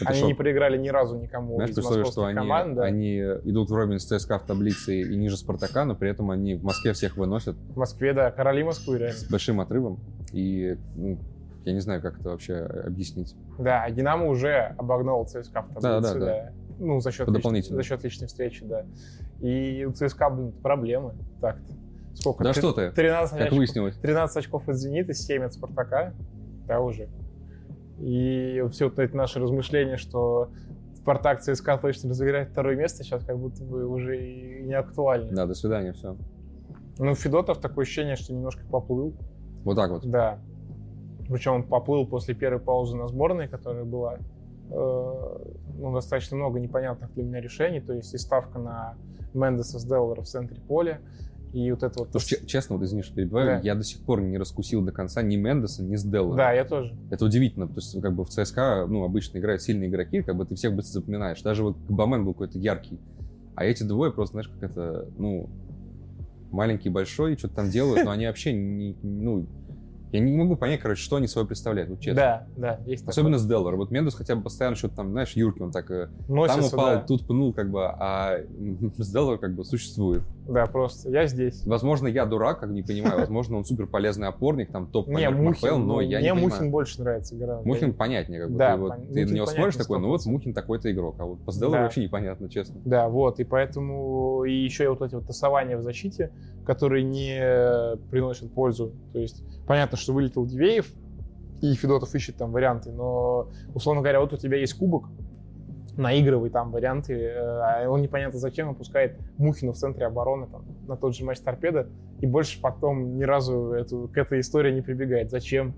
Speaker 2: это
Speaker 1: они
Speaker 2: что.
Speaker 1: не проиграли ни разу никому
Speaker 2: Знаешь,
Speaker 1: из
Speaker 2: при условии, что
Speaker 1: московских
Speaker 2: они,
Speaker 1: команд. да.
Speaker 2: они идут вровень с ЦСКА в таблице и ниже Спартака, но при этом они в Москве всех выносят
Speaker 1: В Москве, да, короли Москвы, реально.
Speaker 2: с большим отрывом. И ну, я не знаю, как это вообще объяснить.
Speaker 1: Да, а Динамо уже обогнал ЦСКА в
Speaker 2: Да,
Speaker 1: таблице,
Speaker 2: да, да.
Speaker 1: Ну, за счет,
Speaker 2: По
Speaker 1: личной,
Speaker 2: дополнительным.
Speaker 1: за счет личной встречи, да. И у ЦСКА, блин, проблемы. Так-то. Сколько?
Speaker 2: да
Speaker 1: Три-
Speaker 2: что ты,
Speaker 1: 13
Speaker 2: как
Speaker 1: очков,
Speaker 2: выяснилось.
Speaker 1: 13 очков от «Зенита», 7 от «Спартака». Да, уже. И все вот эти наши размышления, что «Спартак» ЦСКА точно разыграет второе место, сейчас как будто бы уже и не актуально.
Speaker 2: Да, до свидания, все.
Speaker 1: Ну, Федотов такое ощущение, что немножко поплыл.
Speaker 2: Вот так вот.
Speaker 1: Да. Причем он поплыл после первой паузы на сборной, которая была э, ну, достаточно много непонятных для меня решений. То есть и ставка на Мендеса с Деллера в центре поля, И вот это вот...
Speaker 2: Потому что, че- честно, вот извини, что перебиваю,
Speaker 1: Да.
Speaker 2: я до сих пор не раскусил до конца ни Мендеса, ни Сделла.
Speaker 1: Да, я тоже.
Speaker 2: Это удивительно, то есть как бы в ЦСКА, ну, обычно играют сильные игроки, как бы ты всех быстро запоминаешь. Даже вот Бамен был какой-то яркий. А эти двое просто, знаешь, как это, ну, маленький, большой, что-то там делают, но они вообще, не, ну, я не могу понять, короче, что они собой представляют, вот честно.
Speaker 1: Да, да, есть
Speaker 2: Особенно с Деллар. Вот Мендес хотя бы постоянно что-то там, знаешь, Юрки, он так э,
Speaker 1: такое. Носится,
Speaker 2: там упал,
Speaker 1: да.
Speaker 2: тут пнул, как бы, а с Деллар как бы существует.
Speaker 1: Да, просто. Я здесь.
Speaker 2: Возможно, я дурак, как бы не понимаю, возможно, он супер полезный опорник, там топ
Speaker 1: Не,
Speaker 2: МФЛ,
Speaker 1: Мухин,
Speaker 2: но
Speaker 1: ну,
Speaker 2: я не
Speaker 1: мне
Speaker 2: понимаю.
Speaker 1: Мухин больше нравится игра.
Speaker 2: Мухин понятнее, как бы.
Speaker 1: Да,
Speaker 2: ты, вот,
Speaker 1: пон-
Speaker 2: ты
Speaker 1: Мухин
Speaker 2: на него смотришь
Speaker 1: понятно,
Speaker 2: такой, ну вот
Speaker 1: 100%.
Speaker 2: Мухин такой-то игрок, а вот по Сделу
Speaker 1: Да.
Speaker 2: вообще непонятно, честно.
Speaker 1: Да, вот, и поэтому и еще и вот эти вот тасования в защите, которые не приносят пользу. То есть понятно, что вылетел Дивеев, и Федотов ищет там варианты, но, условно говоря, вот у тебя есть кубок, наигрывай там варианты, э, а он непонятно зачем выпускает Мухина в центре обороны там, на тот же матч торпеда, и больше потом ни разу эту, к этой истории не прибегает. Зачем?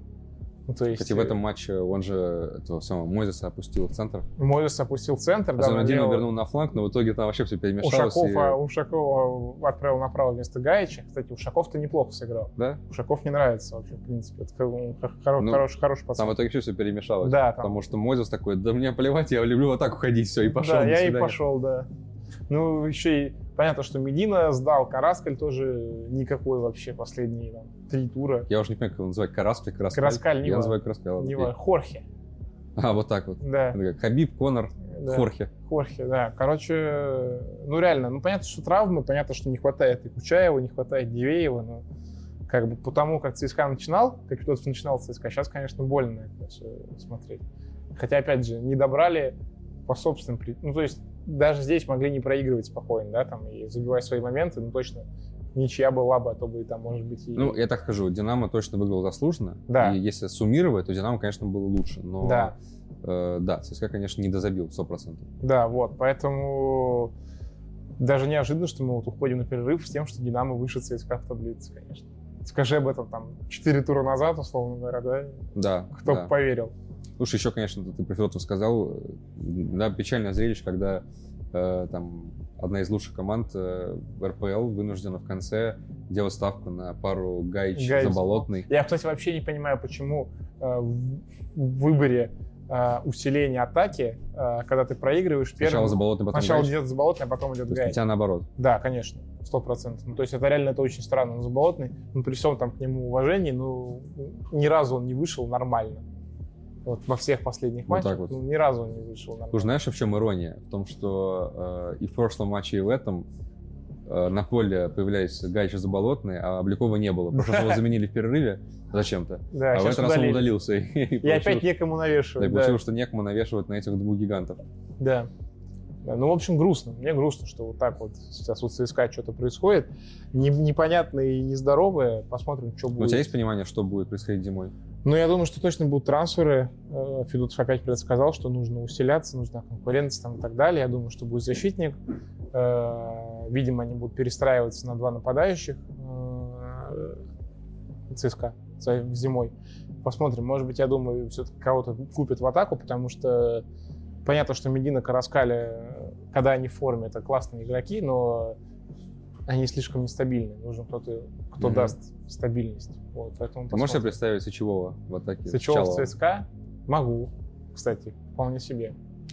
Speaker 1: Ну, то есть,
Speaker 2: Кстати, в этом матче он же этого самого Мойзеса опустил в центр.
Speaker 1: э, Мозес опустил центр, да,
Speaker 2: Особенно
Speaker 1: налево.
Speaker 2: вернул на фланг, но в итоге там вообще все перемешалось.
Speaker 1: Ушаков,
Speaker 2: и-
Speaker 1: а, Ушакова отправил направо вместо Гаича. Кстати, Ушаков-то неплохо сыграл.
Speaker 2: Да?
Speaker 1: Ушаков не нравится вообще, в принципе. Это как бы он хор- хоро-
Speaker 2: Ну,
Speaker 1: хороший, хороший
Speaker 2: Там в
Speaker 1: пацан.
Speaker 2: итоге все перемешалось.
Speaker 1: Да, там.
Speaker 2: Потому что Мойзес такой, да мне плевать, я люблю в атаку ходить, все, и пошел.
Speaker 1: Да,
Speaker 2: до
Speaker 1: я и
Speaker 2: свидания».
Speaker 1: пошел, да. Ну, еще и понятно, что Медина сдал, Караскаль тоже никакой вообще последние там, три тура.
Speaker 2: Я уже не понимаю, как его называть, Караскаль, Караскаль.
Speaker 1: Караскаль, не важно.
Speaker 2: Я называю Караскаль. ладно,
Speaker 1: Не
Speaker 2: окей.
Speaker 1: важно. Хорхе,
Speaker 2: А, вот так вот.
Speaker 1: да.
Speaker 2: Это как Хабиб, Конор,
Speaker 1: да.
Speaker 2: Хорхе.
Speaker 1: Хорхе, да. Короче, э, ну реально, ну понятно, что травмы, понятно, что не хватает и Кучаева, не хватает Дивеева, но как бы по тому, как ЦСКА начинал, как кто начинал ЦСКА, сейчас, конечно, больно это все смотреть. Хотя, опять же, не добрали по собственным при- Ну, то есть даже здесь могли не проигрывать спокойно, да, там, и забивать свои моменты, ну, точно ничья была бы, а то бы и там, может быть, и...
Speaker 2: Ну, я так скажу, Динамо точно выиграл заслуженно.
Speaker 1: Да.
Speaker 2: И если суммировать, то Динамо, конечно, было лучше. Но
Speaker 1: Да.
Speaker 2: э, да, ЦСКА, конечно, не дозабил 100%.
Speaker 1: Да, вот, поэтому даже неожиданно, что мы вот уходим на перерыв с тем, что Динамо выше ЦСКА в таблице, конечно. Скажи об этом там 4 тура назад, условно говоря, да?
Speaker 2: Да.
Speaker 1: Кто
Speaker 2: да.
Speaker 1: бы поверил?
Speaker 2: Слушай, еще, конечно, ты про Федотова сказал. э, Да, печальное зрелище, когда э, там одна из лучших команд э, РПЛ вынуждена в конце делать ставку на пару Гаич,
Speaker 1: Гаич,
Speaker 2: Заболотный.
Speaker 1: Я, кстати, вообще не понимаю, почему э, в в выборе э, усиления атаки, э, когда ты проигрываешь,
Speaker 2: Сначала
Speaker 1: первым-
Speaker 2: Заболотный, потом
Speaker 1: сначала
Speaker 2: Гаич.
Speaker 1: идет Заболотный, а потом идет
Speaker 2: То есть у
Speaker 1: Гай.
Speaker 2: тебя наоборот.
Speaker 1: Да, конечно, сто процентов. Ну, то есть это реально это очень странно. Он заболотный, ну, при всем там к нему уважении, ну, ни разу он не вышел нормально. Вот во всех последних
Speaker 2: Вот
Speaker 1: матчах,
Speaker 2: так вот.
Speaker 1: ну, ни разу он не вышел нормально.
Speaker 2: Слушай, знаешь, в чем ирония? В том, что э, и в прошлом матче, и в этом э, на поле появлялись Гаич и Заболотный, а Обликова не было. Потому что его заменили в перерыве зачем-то.
Speaker 1: Да,
Speaker 2: А в
Speaker 1: сейчас
Speaker 2: этот раз он
Speaker 1: удалили.
Speaker 2: удалился. И,
Speaker 1: И опять некому
Speaker 2: да, и
Speaker 1: навешивать. Да,
Speaker 2: получилось, что некому навешивать на этих двух гигантов.
Speaker 1: да. Да, Ну, в общем, грустно. Мне грустно, что вот так вот сейчас у ЦСКА что-то происходит. Не- непонятное и нездоровое. Посмотрим, что
Speaker 2: Но у
Speaker 1: будет.
Speaker 2: тебя есть понимание, что будет происходить зимой?
Speaker 1: Ну, я думаю, что точно будут трансферы. Э, Федотов опять предсказал, что нужно усиляться, нужна конкуренция там, и так далее. Я думаю, что будет защитник. Э, Видимо, они будут перестраиваться на два нападающих э, ЦСКА за- зимой. Посмотрим. Может быть, я думаю, все-таки кого-то купят в атаку, потому что понятно, что Медина, Караскаля, э, когда они в форме, это классные игроки, но они слишком нестабильны. Нужен кто-то, кто
Speaker 2: Мгм.
Speaker 1: даст стабильность. Вот, поэтому
Speaker 2: Ты можешь себе
Speaker 1: посмотрим.
Speaker 2: представить Сычевого в атаке?
Speaker 1: Сычев
Speaker 2: Сычалова?
Speaker 1: в ЦСКА? Могу, кстати, вполне себе.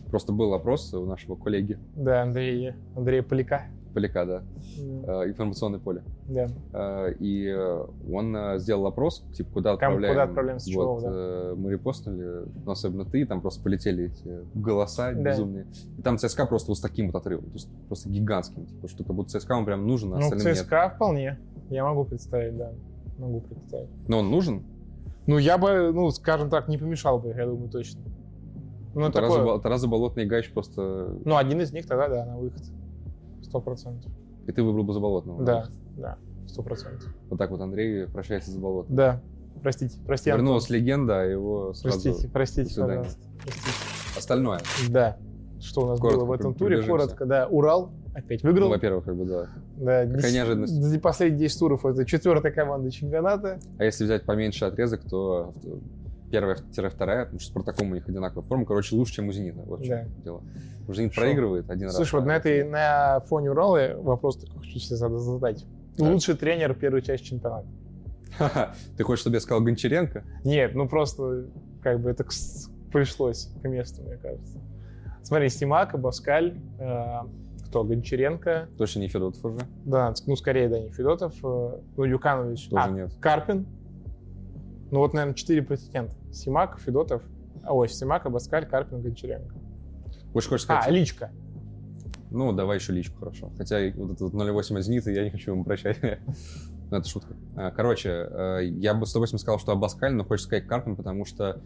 Speaker 2: Просто был опрос у нашего коллеги
Speaker 1: Да, Андрей, Андрей Поляка.
Speaker 2: Поляка, да,
Speaker 1: М,
Speaker 2: э, информационное поле.
Speaker 1: Да.
Speaker 2: Э, И э, он э, сделал опрос, типа, куда
Speaker 1: Кам-
Speaker 2: отправляем.
Speaker 1: куда отправляем Сычевого,
Speaker 2: вот,
Speaker 1: да.
Speaker 2: э, Мы репостнули, ну, особенно ты, там просто полетели эти голоса
Speaker 1: Да.
Speaker 2: безумные. И там ЦСКА просто вот с таким вот отрывом, то есть просто гигантским, типа, что как будто ЦСКА он прям нужен, а
Speaker 1: Ну,
Speaker 2: остальным нет.
Speaker 1: ЦСКА вполне. Я могу представить, да. Могу представить.
Speaker 2: Но он нужен?
Speaker 1: Ну, я бы, ну, скажем так, не помешал бы, я думаю, точно. Ну,
Speaker 2: Тарас,
Speaker 1: такое-
Speaker 2: Забо- Тарас Заболотный и Гач просто...
Speaker 1: Ну, один из них тогда, да, на выход. Сто процентов.
Speaker 2: И ты выбрал бы Заболотного.
Speaker 1: Да, да, сто процентов.
Speaker 2: Вот так вот Андрей прощается с Заболотным.
Speaker 1: Да, простите, простите, Антон.
Speaker 2: Вернулась легенда, а его сразу...
Speaker 1: Простите,
Speaker 2: До
Speaker 1: простите,
Speaker 2: свидания.
Speaker 1: пожалуйста. Простите.
Speaker 2: Остальное.
Speaker 1: Да, что у нас
Speaker 2: Коротко
Speaker 1: было в этом
Speaker 2: пр-
Speaker 1: туре,
Speaker 2: пробежимся.
Speaker 1: коротко, да, Урал опять
Speaker 2: Ну,
Speaker 1: выиграл.
Speaker 2: во-первых, как бы, да.
Speaker 1: Да,
Speaker 2: Какая
Speaker 1: дес-
Speaker 2: неожиданность.
Speaker 1: д- Последние 10 туров это четвертая команда чемпионата.
Speaker 2: А если взять поменьше отрезок, то первая-вторая, потому что с Спартаком у них одинаковая форма, короче, лучше, чем у Зенита. Вот в чём дело. Зенит
Speaker 1: Шо?
Speaker 2: проигрывает один раз.
Speaker 1: Слушай, вот
Speaker 2: а
Speaker 1: на этой на фоне Урала вопрос такой хочу себе зада- задать.
Speaker 2: Да.
Speaker 1: Лучший тренер первой части чемпионата.
Speaker 2: Ха-ха. Ты хочешь, чтобы я сказал Гончаренко?
Speaker 1: Нет, ну просто как бы это к с- пришлось к месту, мне кажется. Смотри, Симака, Баскаль, э, кто, Гончаренко,
Speaker 2: Точно не Федотов уже.
Speaker 1: да, ну скорее, да, не Федотов, э, ну Юканович,
Speaker 2: Тоже
Speaker 1: А,
Speaker 2: нет.
Speaker 1: Карпин. Ну вот, наверное, четыре претендента. Симак, Федотов, а, ой, Симака, Баскаль, Карпин, Гончаренко.
Speaker 2: Больше хочешь сказать?
Speaker 1: А, Личка.
Speaker 2: Ну, давай еще личку, хорошо. Хотя и вот этот вот 0,8 от «Зенита» я не хочу ему прощать. Ну, это шутка. А, Короче, э, я бы с удовольствием сказал, что Абаскаль, но хочется сказать Карпин, потому что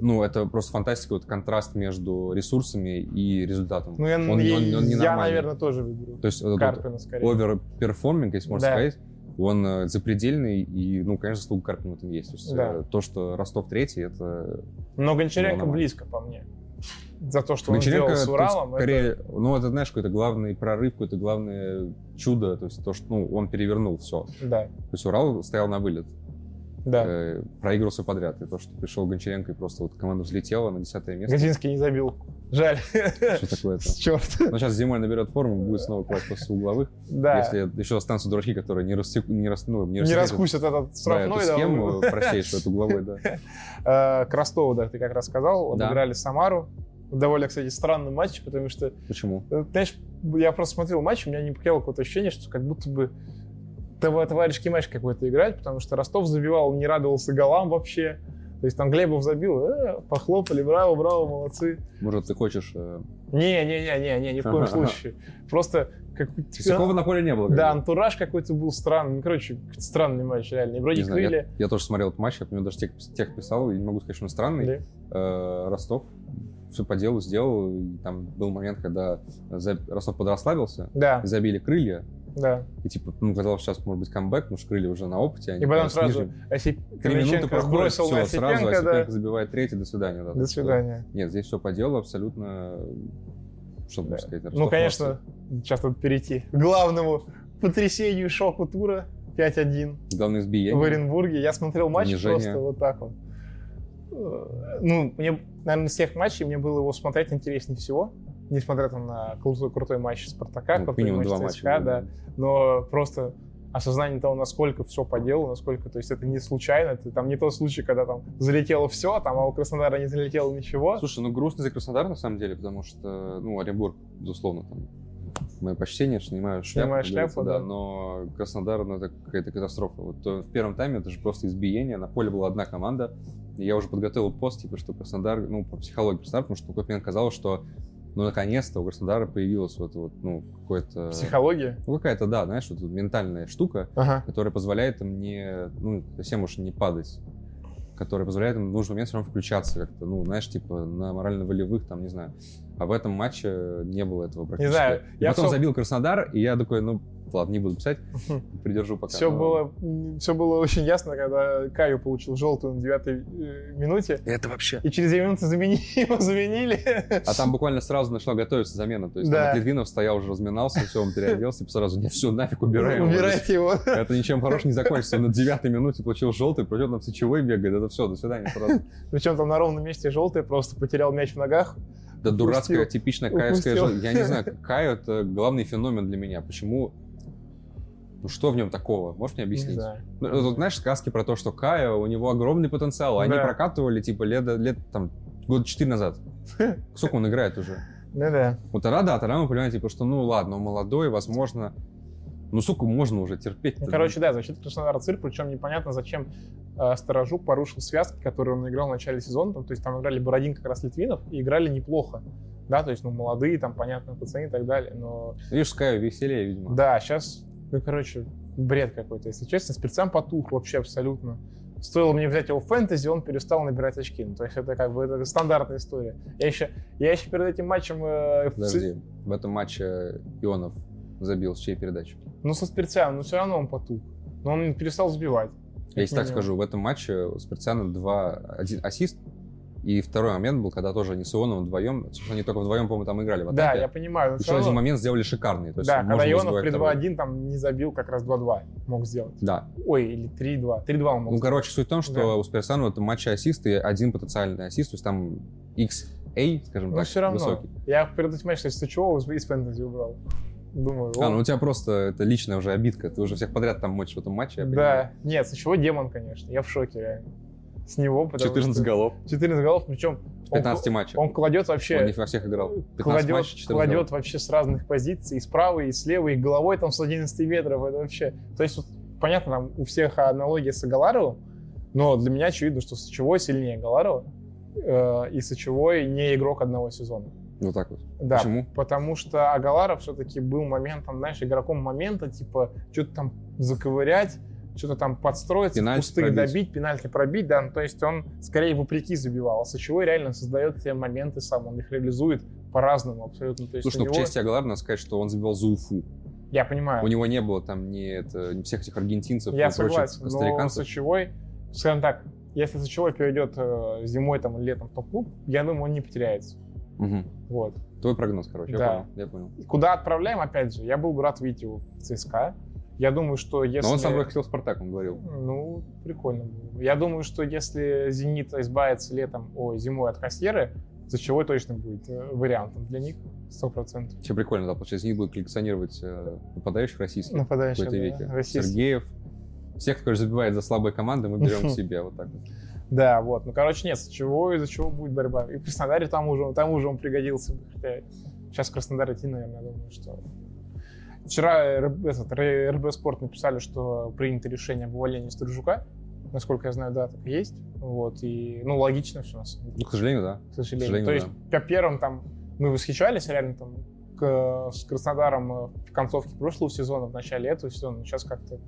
Speaker 2: ну, это просто фантастика, вот контраст между ресурсами и результатом.
Speaker 1: Ну, я,
Speaker 2: Он- он-
Speaker 1: я-
Speaker 2: он
Speaker 1: я,
Speaker 2: ненормальный. Ну,
Speaker 1: наверное, тоже выберу
Speaker 2: То есть вот этот
Speaker 1: Карпина скорее.
Speaker 2: оверперформинг, если можно
Speaker 1: Да.
Speaker 2: сказать, он э, запредельный, и, ну, конечно, слуга Карпина в этом есть. То, есть, э,
Speaker 1: Да.
Speaker 2: то, что Ростов третий, это...
Speaker 1: Но Гончаренко
Speaker 2: Нормально.
Speaker 1: близко по мне. За то, что
Speaker 2: Гончаренко
Speaker 1: он сделал с
Speaker 2: тут
Speaker 1: Уралом, это-
Speaker 2: скорее, ну, это, знаешь, какой-то главный прорыв, какое-то главное чудо, то есть то, что, ну, он перевернул все.
Speaker 1: Да,
Speaker 2: То есть Урал стоял на вылет,
Speaker 1: да.
Speaker 2: э, проигрывал все подряд. И то, что пришел Гончаренко, и просто вот команда взлетела на 10 место.
Speaker 1: Газинский не забил. Жаль.
Speaker 2: Что такое-то?
Speaker 1: Черт.
Speaker 2: Но сейчас зимой наберет форму, будет снова класть после угловых.
Speaker 1: Да.
Speaker 2: Если еще останутся дураки, которые не, рассек... не, рас... ну, не
Speaker 1: не
Speaker 2: рассекретят,
Speaker 1: раскусят этот
Speaker 2: да, эту
Speaker 1: штрафной. да,
Speaker 2: схему
Speaker 1: он-
Speaker 2: простейшую, эту угловой, да.
Speaker 1: Э, К Ростову, да, ты как раз сказал,
Speaker 2: Да.
Speaker 1: обыграли Самару. Довольно, кстати, странный матч, потому что,
Speaker 2: Почему?
Speaker 1: э, знаешь, я просто смотрел матч, у меня не покияло какое-то ощущение, что как будто бы тов- товарищеский матч какой-то играть, потому что Ростов забивал, не радовался голам вообще. То есть там Глебов забил, э, похлопали, браво, браво, молодцы.
Speaker 2: Может, ты хочешь... э,
Speaker 1: Не-не-не-не, ни в коем
Speaker 2: Ага.
Speaker 1: случае. Просто как...
Speaker 2: Косякова на поле не было. как
Speaker 1: Да,
Speaker 2: бы.
Speaker 1: антураж какой-то был странный. Ну, Короче, какой-то странный матч, реально. И вроде
Speaker 2: Не знаю,
Speaker 1: крылья.
Speaker 2: я, я тоже смотрел этот матч, я помню, даже тех, тех писал, и не могу сказать, что он странный.
Speaker 1: Да.
Speaker 2: Э, Ростов все по делу сделал, и там был момент, когда за- Ростов подрасслабился,
Speaker 1: Да,
Speaker 2: забили крылья,
Speaker 1: да.
Speaker 2: И типа, ну, казалось, сейчас может быть камбэк, потому что крылья уже на опыте. Они
Speaker 1: И потом
Speaker 2: прям
Speaker 1: сразу
Speaker 2: снижены.
Speaker 1: Осип...
Speaker 2: Три минуты
Speaker 1: Калиниченко
Speaker 2: проходит,
Speaker 1: сбросил
Speaker 2: все,
Speaker 1: на
Speaker 2: сразу
Speaker 1: Осипенко,
Speaker 2: Осипенко
Speaker 1: да.
Speaker 2: забивает третий, до свидания. да,
Speaker 1: До
Speaker 2: так сказать.
Speaker 1: свидания.
Speaker 2: Нет, здесь все по делу абсолютно, что можно
Speaker 1: Да.
Speaker 2: сказать.
Speaker 1: Ну,
Speaker 2: Ростов
Speaker 1: конечно,
Speaker 2: молодцы.
Speaker 1: сейчас тут перейти к главному потрясению шоку тура 5-1
Speaker 2: Главное избиение.
Speaker 1: в Оренбурге. Я смотрел матч
Speaker 2: Унижение.
Speaker 1: просто вот так вот. Э, Ну, мне, наверное, из всех матчей мне было его смотреть интереснее всего. Несмотря там на крутой, крутой матч Спартака,
Speaker 2: Ну,
Speaker 1: крутой
Speaker 2: минимум
Speaker 1: матч
Speaker 2: два
Speaker 1: ЦСКА,
Speaker 2: матча.
Speaker 1: да.
Speaker 2: были.
Speaker 1: но просто осознание того, насколько все по делу, насколько, то есть это не случайно, это там не тот случай, когда там залетело все, там, а у Краснодара не залетело ничего.
Speaker 2: Слушай, ну грустно за Краснодар на самом деле, потому что, ну, Оренбург, безусловно, там, мое почтение, что снимаю шляпу.
Speaker 1: Снимаю
Speaker 2: как говорится,
Speaker 1: шляпу, да.
Speaker 2: Но Краснодар, ну, это какая-то катастрофа. Вот э, в первом тайме это же просто избиение. На поле была одна команда. И я уже подготовил пост, типа, что Краснодар, ну, по психологии Краснодара, потому что в какой-то момент казалось, что, ну, наконец-то у Краснодара появилась вот, вот ну, какое-то...
Speaker 1: Психология.
Speaker 2: Ну, какая-то, да, знаешь, вот ментальная штука,
Speaker 1: Ага.
Speaker 2: которая позволяет им не, ну, совсем уж не падать, которая позволяет им в нужный момент все равно включаться как-то, ну, знаешь, типа на морально-волевых, там, не знаю. А в этом матче не было этого практически.
Speaker 1: знаю,
Speaker 2: И
Speaker 1: я
Speaker 2: потом
Speaker 1: всё-
Speaker 2: забил Краснодар, и я такой, ну, ладно, не буду писать, придержу пока.
Speaker 1: Все
Speaker 2: Но
Speaker 1: было, все было очень ясно, когда Каю получил желтую на девятой э, минуте,
Speaker 2: Это вообще...
Speaker 1: и через две минуты замени- его заменили.
Speaker 2: А там буквально сразу начала готовиться замена. То есть
Speaker 1: Да.
Speaker 2: там Литвинов стоял, уже разминался, все, он переоделся, и сразу, не, все, нафиг, убираем. его».
Speaker 1: Убирайте его.
Speaker 2: Это ничем хорошим не закончится. Он на девятой минуте получил желтый, придет нам сечевой бегает. Это все, до свидания сразу.
Speaker 1: Причем там на ровном месте желтый просто потерял мяч в ногах.
Speaker 2: Да дурацкая, типичная каевская
Speaker 1: Упустил.
Speaker 2: жел- Я не знаю, Каю это главный феномен для меня. Почему? Ну что в нем такого? Можешь мне
Speaker 1: Не
Speaker 2: объяснить?
Speaker 1: знаю.
Speaker 2: Ну, тут, знаешь, сказки про то, что Кая, у него огромный потенциал. Они
Speaker 1: Да.
Speaker 2: прокатывали, типа, лет, лет там, года четыре назад. Сколько он играет уже?
Speaker 1: Ну да.
Speaker 2: Вот тогда, да, тогда мы понимаем, типа, что, ну, ладно, он молодой, возможно... Ну, сколько можно уже терпеть?
Speaker 1: Ну, короче, да, защита Краснодара Цирк, причем непонятно, зачем э, Сторожук порушил связки, которые он играл в начале сезона. Там, то есть там играли Бородин как раз Литвинов и играли неплохо. Да, то есть, ну, молодые, там, понятно, пацаны и так далее. Но
Speaker 2: Видишь, Каю веселее, видимо.
Speaker 1: Да, сейчас, ну, короче, бред какой-то, если честно. Спецам потух вообще абсолютно. Стоило мне взять его в фэнтези, он перестал набирать очки. Ну, то есть это как бы это стандартная история. Я еще, я еще перед этим матчем... э, в
Speaker 2: Подожди,
Speaker 1: Ци-
Speaker 2: в этом матче Ионов забил с чьей передачи?
Speaker 1: Ну, со Спирцаном, но все равно он потух. Но он перестал сбивать.
Speaker 2: Я если так
Speaker 1: Минимум.
Speaker 2: скажу, в этом матче у Спиртсяна два, один ассист, и второй момент был, когда тоже они с Ионовым вдвоем, собственно, они только вдвоем, по-моему, там играли в
Speaker 1: да,
Speaker 2: атаке.
Speaker 1: я понимаю, но всё
Speaker 2: Еще один
Speaker 1: равно-
Speaker 2: момент сделали шикарный. То есть
Speaker 1: Да,
Speaker 2: можно
Speaker 1: когда
Speaker 2: было
Speaker 1: Ионов
Speaker 2: забивать
Speaker 1: при
Speaker 2: второй.
Speaker 1: 2-1 там не забил, как раз 2-2 мог сделать.
Speaker 2: Да.
Speaker 1: Ой, или 3-2. 3-2 он мог
Speaker 2: Ну, короче, суть в том, что
Speaker 1: Да.
Speaker 2: у Спирсана в этом матче ассист и один потенциальный ассист, то есть там XA, скажем
Speaker 1: Ну,
Speaker 2: так,
Speaker 1: все равно.
Speaker 2: высокий.
Speaker 1: Я перед этим матчем, кстати, Сычева из из фэнтези убрал. Думаю,
Speaker 2: А, ну
Speaker 1: «О,
Speaker 2: у тебя просто это личная уже обидка. Ты уже всех подряд там мочишь в этом матче. я понимаю.
Speaker 1: да. Нет, с чего демон, конечно. Я в шоке, реально. С него, потому
Speaker 2: 14
Speaker 1: что-
Speaker 2: голов.
Speaker 1: 14 голов, причем
Speaker 2: В
Speaker 1: он
Speaker 2: 15 матчах.
Speaker 1: он кладет вообще...
Speaker 2: Он не во всех играл. 15
Speaker 1: кладет,
Speaker 2: матчей, 14
Speaker 1: кладет
Speaker 2: голов.
Speaker 1: вообще с разных позиций, и справа, и слева, и головой там с 11 метров, это вообще... То есть, вот, понятно, там у всех аналогия с Агаларовым, но для меня очевидно, что Сочевой сильнее Агаларова, э, и Сочевой не игрок одного сезона.
Speaker 2: Вот так вот.
Speaker 1: Да,
Speaker 2: Почему?
Speaker 1: потому что Агаларов все-таки был моментом, знаешь, игроком момента, типа, что-то там заковырять, что-то там подстроиться,
Speaker 2: Пенальти
Speaker 1: пустые
Speaker 2: пробить.
Speaker 1: добить, пенальти пробить, да, ну, то есть он скорее вопреки забивал, а Сочевой реально создает те моменты сам, он их реализует по-разному абсолютно. То есть
Speaker 2: Слушай,
Speaker 1: у
Speaker 2: ну, к
Speaker 1: него-
Speaker 2: чести Агалара надо сказать, что он забивал за Уфу.
Speaker 1: Я понимаю,
Speaker 2: У него не было там ни, это, ни всех этих аргентинцев
Speaker 1: А. я
Speaker 2: и прочих
Speaker 1: согласен, но
Speaker 2: стариканцев.
Speaker 1: Сочевой, скажем так, если Сочевой перейдет э, зимой там или летом в топ-клуб, я думаю, он не потеряется. Вот.
Speaker 2: Твой прогноз, короче,
Speaker 1: Да.
Speaker 2: я понял. Я понял.
Speaker 1: И Куда отправляем, опять же, я был бы рад видеть его в ЦСКА. Я думаю, что если...
Speaker 2: Но он сам вроде хотел в Спартак, он говорил.
Speaker 1: Ну, прикольно. было бы. Я думаю, что если «Зенит» избавится летом, ой, зимой от Кассьеры, за чего точно будет э, вариантом для них, 100%.
Speaker 2: Вообще прикольно, да, получается, Зенит будет коллекционировать э, нападающих российских в
Speaker 1: Нападающий,
Speaker 2: какой-то
Speaker 1: Ну, да,
Speaker 2: веке.
Speaker 1: российский.
Speaker 2: Сергеев. Всех, кто же забивает за слабые команды, мы берем к себе. Вот так вот.
Speaker 1: Да, вот. Ну, короче, нет, за чего и за чего будет борьба. И в Краснодаре тому же, тому же он пригодился. бы, Хотя сейчас в Краснодар идти, наверное, думаю, что... Вчера РБ, этот, Р- РБ Спорт написали, что принято решение об увольнении Стрижука. Насколько я знаю, да, так и есть. Вот, и, ну, логично все, на самом деле.
Speaker 2: Ну, к сожалению, да.
Speaker 1: к сожалению.
Speaker 2: сожалению,
Speaker 1: То есть по первым там мы восхищались реально там к- с Краснодаром э, в концовке прошлого сезона, в начале этого сезона. Сейчас как-то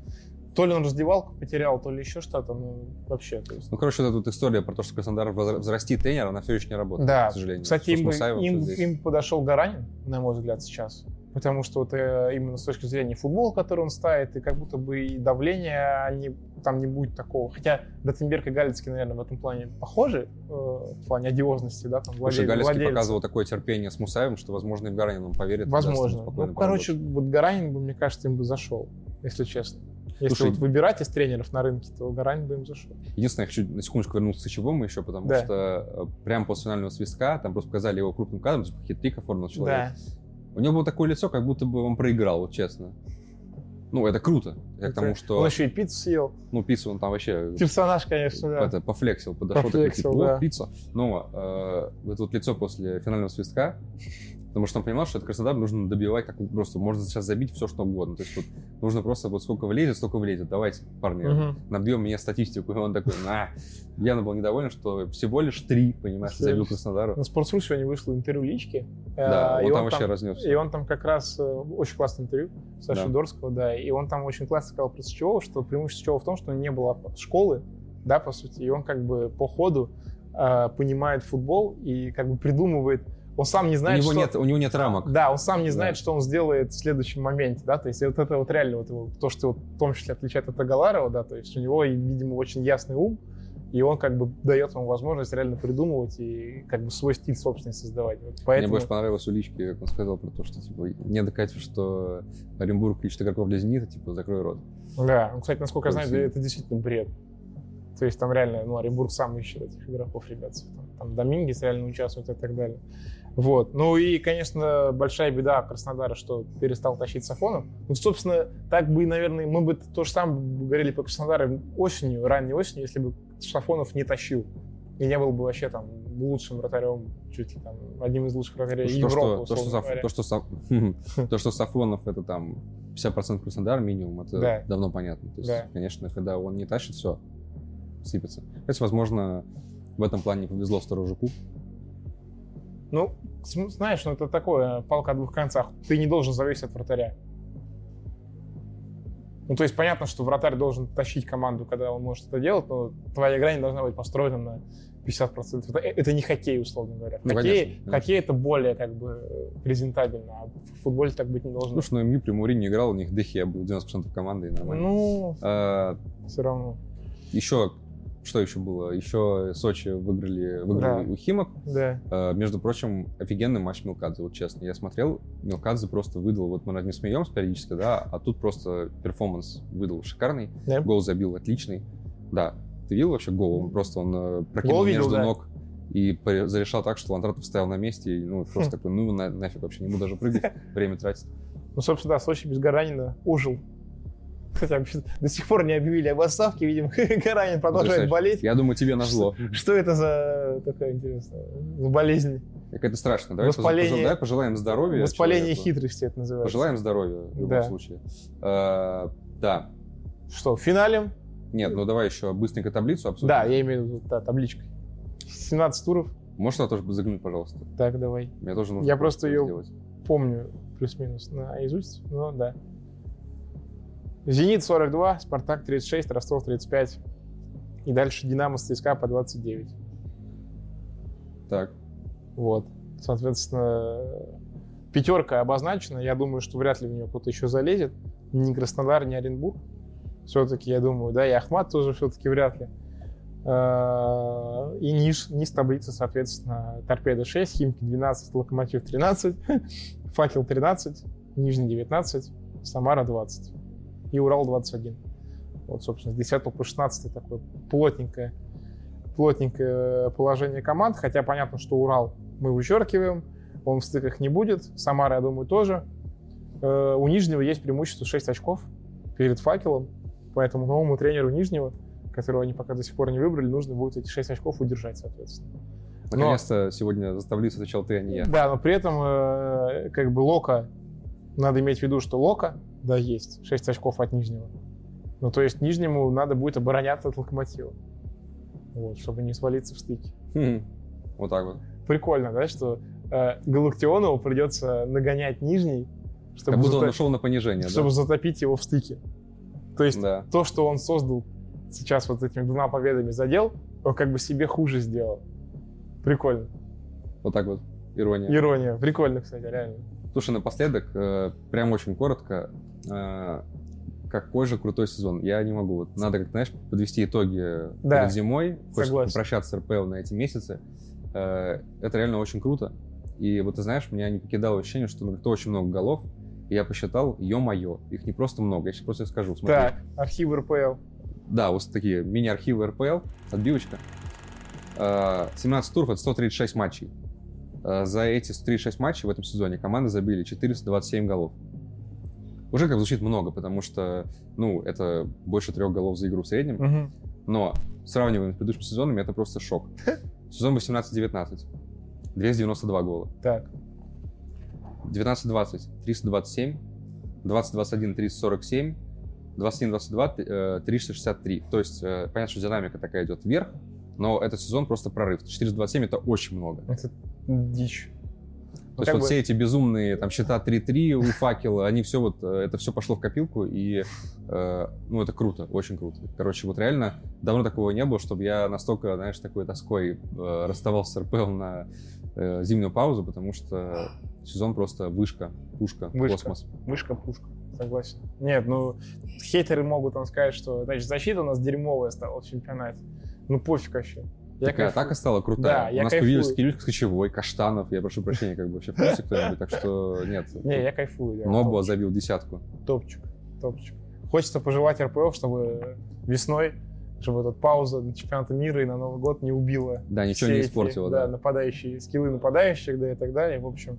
Speaker 1: то ли он раздевалку потерял, то ли еще что-то. Ну, вообще, то есть.
Speaker 2: Ну, короче, вот эта вот история про то, что Краснодар возра- взрастит тренера, она все еще не работает,
Speaker 1: Да.
Speaker 2: к сожалению.
Speaker 1: Кстати,
Speaker 2: Что с
Speaker 1: им, бы-
Speaker 2: Мусаевым,
Speaker 1: им-
Speaker 2: что здесь.
Speaker 1: им подошел Гаранин, на мой взгляд, сейчас. Потому что вот э, именно с точки зрения футбола, который он ставит, и как будто бы и давления они, там не будет такого. Хотя Датенберг и Галицкий, наверное, в этом плане похожи, э, в плане одиозности, да, там,
Speaker 2: Слушай,
Speaker 1: владель-
Speaker 2: Галецкий
Speaker 1: владельца.
Speaker 2: показывал такое терпение с Мусаевым, что, возможно, и Гаранин он поверит. и даст ему
Speaker 1: Возможно.
Speaker 2: спокойно
Speaker 1: Ну,
Speaker 2: поработать.
Speaker 1: короче, вот Гаранин бы, мне кажется, им бы зашел, если честно. Если
Speaker 2: Слушай,
Speaker 1: вот выбирать из тренеров на рынке, то Гаранин бы им зашел.
Speaker 2: Единственное, я хочу на секундочку вернуться к Сычевому еще, потому
Speaker 1: Да.
Speaker 2: что э, прямо после финального свистка там просто показали его крупным кадром, типа хитрик оформил человек.
Speaker 1: Да.
Speaker 2: У него было такое лицо, как будто бы он проиграл, вот честно. Ну, это круто. Я к тому, что,
Speaker 1: Он еще и пиццу съел.
Speaker 2: ну, пиццу он там вообще
Speaker 1: Персонаж, конечно, Типа, да.
Speaker 2: это, пофлексил, подошел,
Speaker 1: Пофлексил,
Speaker 2: такой, типа, «О,
Speaker 1: да.
Speaker 2: пицца. Но э, это вот лицо после финального свистка, потому что он понимал, что от Краснодара нужно добивать, как просто можно сейчас забить все, что угодно. То есть вот нужно просто вот сколько влезет, столько влезет. Давайте, парни,
Speaker 1: Мгм.
Speaker 2: набьем мне статистику. И он такой, на. Явно был недоволен, что всего лишь три, понимаешь,
Speaker 1: Всего
Speaker 2: забил
Speaker 1: лишь.
Speaker 2: Краснодару.
Speaker 1: На Sports.ru сегодня вышло интервью Лички.
Speaker 2: Да,
Speaker 1: Э,
Speaker 2: он
Speaker 1: и
Speaker 2: там вообще
Speaker 1: И
Speaker 2: разнесся.
Speaker 1: он там как раз э, очень классное интервью Саши
Speaker 2: Да.
Speaker 1: Дорского, да, и он там очень классно сказал про Сычевого, что преимущество Сычевого в том, что не было школы, да, по сути, и он как бы по ходу э, понимает футбол и как бы придумывает, он сам не
Speaker 2: У
Speaker 1: знает,
Speaker 2: него
Speaker 1: что...
Speaker 2: нет, у него нет рамок.
Speaker 1: Да, он сам не
Speaker 2: Да.
Speaker 1: знает, что он сделает в следующем моменте, да, то есть вот это вот реально вот его, то, что его в том числе отличает от Агаларова, да, то есть у него, и, видимо, очень ясный ум, и он как бы дает ему возможность реально придумывать и как бы свой стиль собственный создавать. Вот
Speaker 2: Мне
Speaker 1: Поэтому...
Speaker 2: больше понравилось у Лички, как он сказал про то, что типа не докатив, что Оренбург ищет игроков для Зенита, типа закрой рот.
Speaker 1: Да, ну, кстати, насколько я
Speaker 2: Очень
Speaker 1: знаю,
Speaker 2: сильно.
Speaker 1: это действительно бред. То есть там реально, ну, Оренбург сам ищет этих игроков, ребят. Там, там Домингес реально участвует и так далее. Вот. Ну и, конечно, большая беда Краснодара, что перестал тащить Сафонов. Ну, собственно, так бы, наверное, мы бы то же самое говорили по Краснодару осенью, ранней осенью, если бы Сафонов не тащил. И не был бы вообще там лучшим вратарем, чуть ли там одним из лучших вратарей
Speaker 2: Потому
Speaker 1: Европы,
Speaker 2: что То, что,
Speaker 1: условно
Speaker 2: Саф-
Speaker 1: говоря.
Speaker 2: то, что Саф- то, что Сафонов это там 50% Краснодар минимум, это
Speaker 1: Да.
Speaker 2: давно понятно. То есть,
Speaker 1: Да.
Speaker 2: конечно, когда он не тащит, все сыпется. Хотя, возможно, в этом плане повезло Сторожуку.
Speaker 1: Ну, см- знаешь, ну это такое, палка о двух концах. Ты не должен зависеть от вратаря. Ну, то есть понятно, что вратарь должен тащить команду, когда он может это делать, но твоя игра не должна быть построена на 50%. Это, это не хоккей, условно говоря. В
Speaker 2: Ну,
Speaker 1: хоккее-
Speaker 2: конечно,
Speaker 1: в хоккее это более как бы э, презентабельно, а в футболе так быть не должно.
Speaker 2: Слушай, ну МЮ при Мурине играл, у них Дехия был 90% команды и нормально.
Speaker 1: Ну,
Speaker 2: А,
Speaker 1: все равно,
Speaker 2: еще, что еще было? Еще Сочи выиграли, выиграли
Speaker 1: Да.
Speaker 2: у Химок.
Speaker 1: да.
Speaker 2: Э, Между прочим, офигенный матч Милкадзе, вот честно. Я смотрел, Милкадзе просто выдал, вот мы над ним смеемся периодически, да, а тут просто перформанс выдал шикарный,
Speaker 1: Да.
Speaker 2: гол забил отличный. Да, ты видел вообще гол? Он просто он э, прокинул
Speaker 1: Гол видел,
Speaker 2: между
Speaker 1: да.
Speaker 2: ног и пор-
Speaker 1: Хм.
Speaker 2: зарешал так, что Лантратов стоял на месте, и, ну, просто такой, ну его на- нафиг вообще, не ему даже прыгать, время тратить.
Speaker 1: Ну, собственно, да, Сочи без Гаранина ужил. Хотя вообще до сих пор не объявили об отставке, видимо, Гаранин продолжает
Speaker 2: Потрясающе.
Speaker 1: болеть.
Speaker 2: Я думаю, тебе назло.
Speaker 1: Что это за такая интересная за болезнь?
Speaker 2: Как это страшно. Давай
Speaker 1: Воспаление-
Speaker 2: пожел- давай пожелаем здоровья.
Speaker 1: Воспаление
Speaker 2: человеку.
Speaker 1: хитрости это называется.
Speaker 2: Пожелаем здоровья в любом
Speaker 1: Да.
Speaker 2: случае. Э, Да.
Speaker 1: Что, финалем?
Speaker 2: Нет, ну давай еще быстренько таблицу обсудим.
Speaker 1: Да, я имею в виду, да, табличкой. 17 туров.
Speaker 2: Можешь она тоже загнуть, пожалуйста?
Speaker 1: Так, давай.
Speaker 2: Мне тоже нужно
Speaker 1: Я просто
Speaker 2: кое-что
Speaker 1: её-
Speaker 2: сделать.
Speaker 1: Помню плюс-минус наизусть, но да. «Зенит» 42, «Спартак» 36, «Ростов» 35. И дальше «Динамо» с ЦСКА по 29.
Speaker 2: Так.
Speaker 1: Вот. Соответственно, пятерка обозначена. Я думаю, что вряд ли в нее кто-то еще залезет. Ни Краснодар, ни Оренбург. Все-таки, я думаю, да, и Ахмат тоже все-таки вряд ли. Э, И низ, низ таблицы, соответственно, Торпеда 6, Химки 12, Локомотив 13, Факел 13, Нижний 19, Самара 20 и Урал 21. Вот, собственно, с 10 по 16 такое плотненькое плотненькое положение команд, хотя понятно, что Урал мы вычеркиваем, он в стыках не будет, Самара, я думаю, тоже. Э, У Нижнего есть преимущество 6 очков перед факелом, поэтому новому тренеру Нижнего, которого они пока до сих пор не выбрали, нужно будет эти 6 очков удержать, соответственно.
Speaker 2: Наконец-то сегодня за таблицу отвечал ты, а не я.
Speaker 1: Да, но при этом э, как бы Лока, надо иметь в виду, что Лока, да, есть 6 очков от Нижнего. Ну, то есть Нижнему надо будет обороняться от Локомотива, вот, чтобы не свалиться в стыке.
Speaker 2: Хм. Вот так вот.
Speaker 1: прикольно, да, что э, Галактионову придется нагонять нижний, чтобы,
Speaker 2: Как будто
Speaker 1: зата-
Speaker 2: он нашел на понижение,
Speaker 1: чтобы затопить его в стыке. То есть
Speaker 2: да? Да.
Speaker 1: то, что он создал сейчас вот этими двумя победами задел, он как бы себе хуже сделал. Прикольно.
Speaker 2: Вот так вот. Ирония.
Speaker 1: Ирония. Прикольно, кстати, реально.
Speaker 2: Слушай, напоследок, э, прям очень коротко, э, какой же крутой сезон? Я не могу. Вот надо, как знаешь, подвести итоги
Speaker 1: Да,
Speaker 2: перед зимой, хочется
Speaker 1: согласен.
Speaker 2: попрощаться с РПЛ на эти месяцы. Э, это реально очень круто. И вот ты знаешь, меня не покидало ощущение, что ну, как-то очень много голов. И я посчитал, ё-моё, их не просто много. Я сейчас просто скажу. Смотри.
Speaker 1: Так, архив РПЛ.
Speaker 2: Да, вот такие мини-архивы РПЛ, отбивочка. Э, 17 туров — это 136 матчей. Э, За эти 136 матчей в этом сезоне команды забили 427 голов. Уже как бы звучит много, потому что, ну, это больше трех голов за игру в среднем.
Speaker 1: Мгм.
Speaker 2: Но сравниваем с предыдущими сезонами, это просто шок. Сезон 18-19. 292 гола.
Speaker 1: Так,
Speaker 2: 19-20, 327, 20-21, 347, 21-22, э, 363. То есть, э, понятно, что динамика такая идет вверх, но этот сезон просто прорыв. 427 это очень много.
Speaker 1: это дичь.
Speaker 2: То есть
Speaker 1: Ну, как
Speaker 2: вот
Speaker 1: бы-
Speaker 2: все эти безумные там счета 3-3 у факела, они все вот, э, это все пошло в копилку, и э, ну это круто, очень круто. Короче, вот реально давно такого не было, чтобы я настолько, знаешь, такой тоской э, расставался с РПЛ на э, зимнюю паузу, потому что сезон просто вышка, пушка,
Speaker 1: Вышка.
Speaker 2: космос.
Speaker 1: Мышка-пушка. Согласен. Нет, ну, хейтеры могут нам сказать, что, значит, защита у нас дерьмовая стала в чемпионате. Ну, пофиг вообще. Я
Speaker 2: Такая
Speaker 1: кайфую.
Speaker 2: атака стала крутая.
Speaker 1: Да,
Speaker 2: У
Speaker 1: я
Speaker 2: нас
Speaker 1: кайфую.
Speaker 2: появились Кирюшка Кочевой, Каштанов. Я прошу прощения, как бы вообще в курсе кто-нибудь, так что нет.
Speaker 1: Не, я кайфую. я
Speaker 2: Нобо забил десятку.
Speaker 1: Топчик, топчик. Хочется пожелать РПЛ, чтобы весной, чтобы эта пауза на чемпионата мира и на Новый год не убила.
Speaker 2: Да, ничего
Speaker 1: все
Speaker 2: не
Speaker 1: эти,
Speaker 2: испортило,
Speaker 1: Да,
Speaker 2: да.
Speaker 1: нападающие, скиллы нападающих, да и так далее. В общем,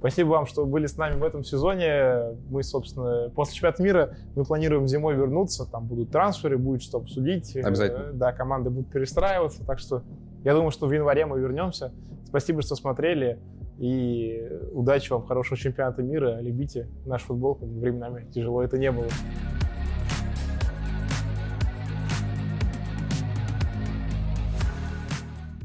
Speaker 1: спасибо вам, что были с нами в этом сезоне. Мы, собственно, после чемпионата мира мы планируем зимой вернуться. Там будут трансферы, будет что обсудить.
Speaker 2: Обязательно.
Speaker 1: Э, Да, команды будут перестраиваться. Так что я думаю, что в январе мы вернемся. Спасибо, что смотрели. И удачи вам, хорошего чемпионата мира. Любите наш футбол, как бы временами тяжело это не было.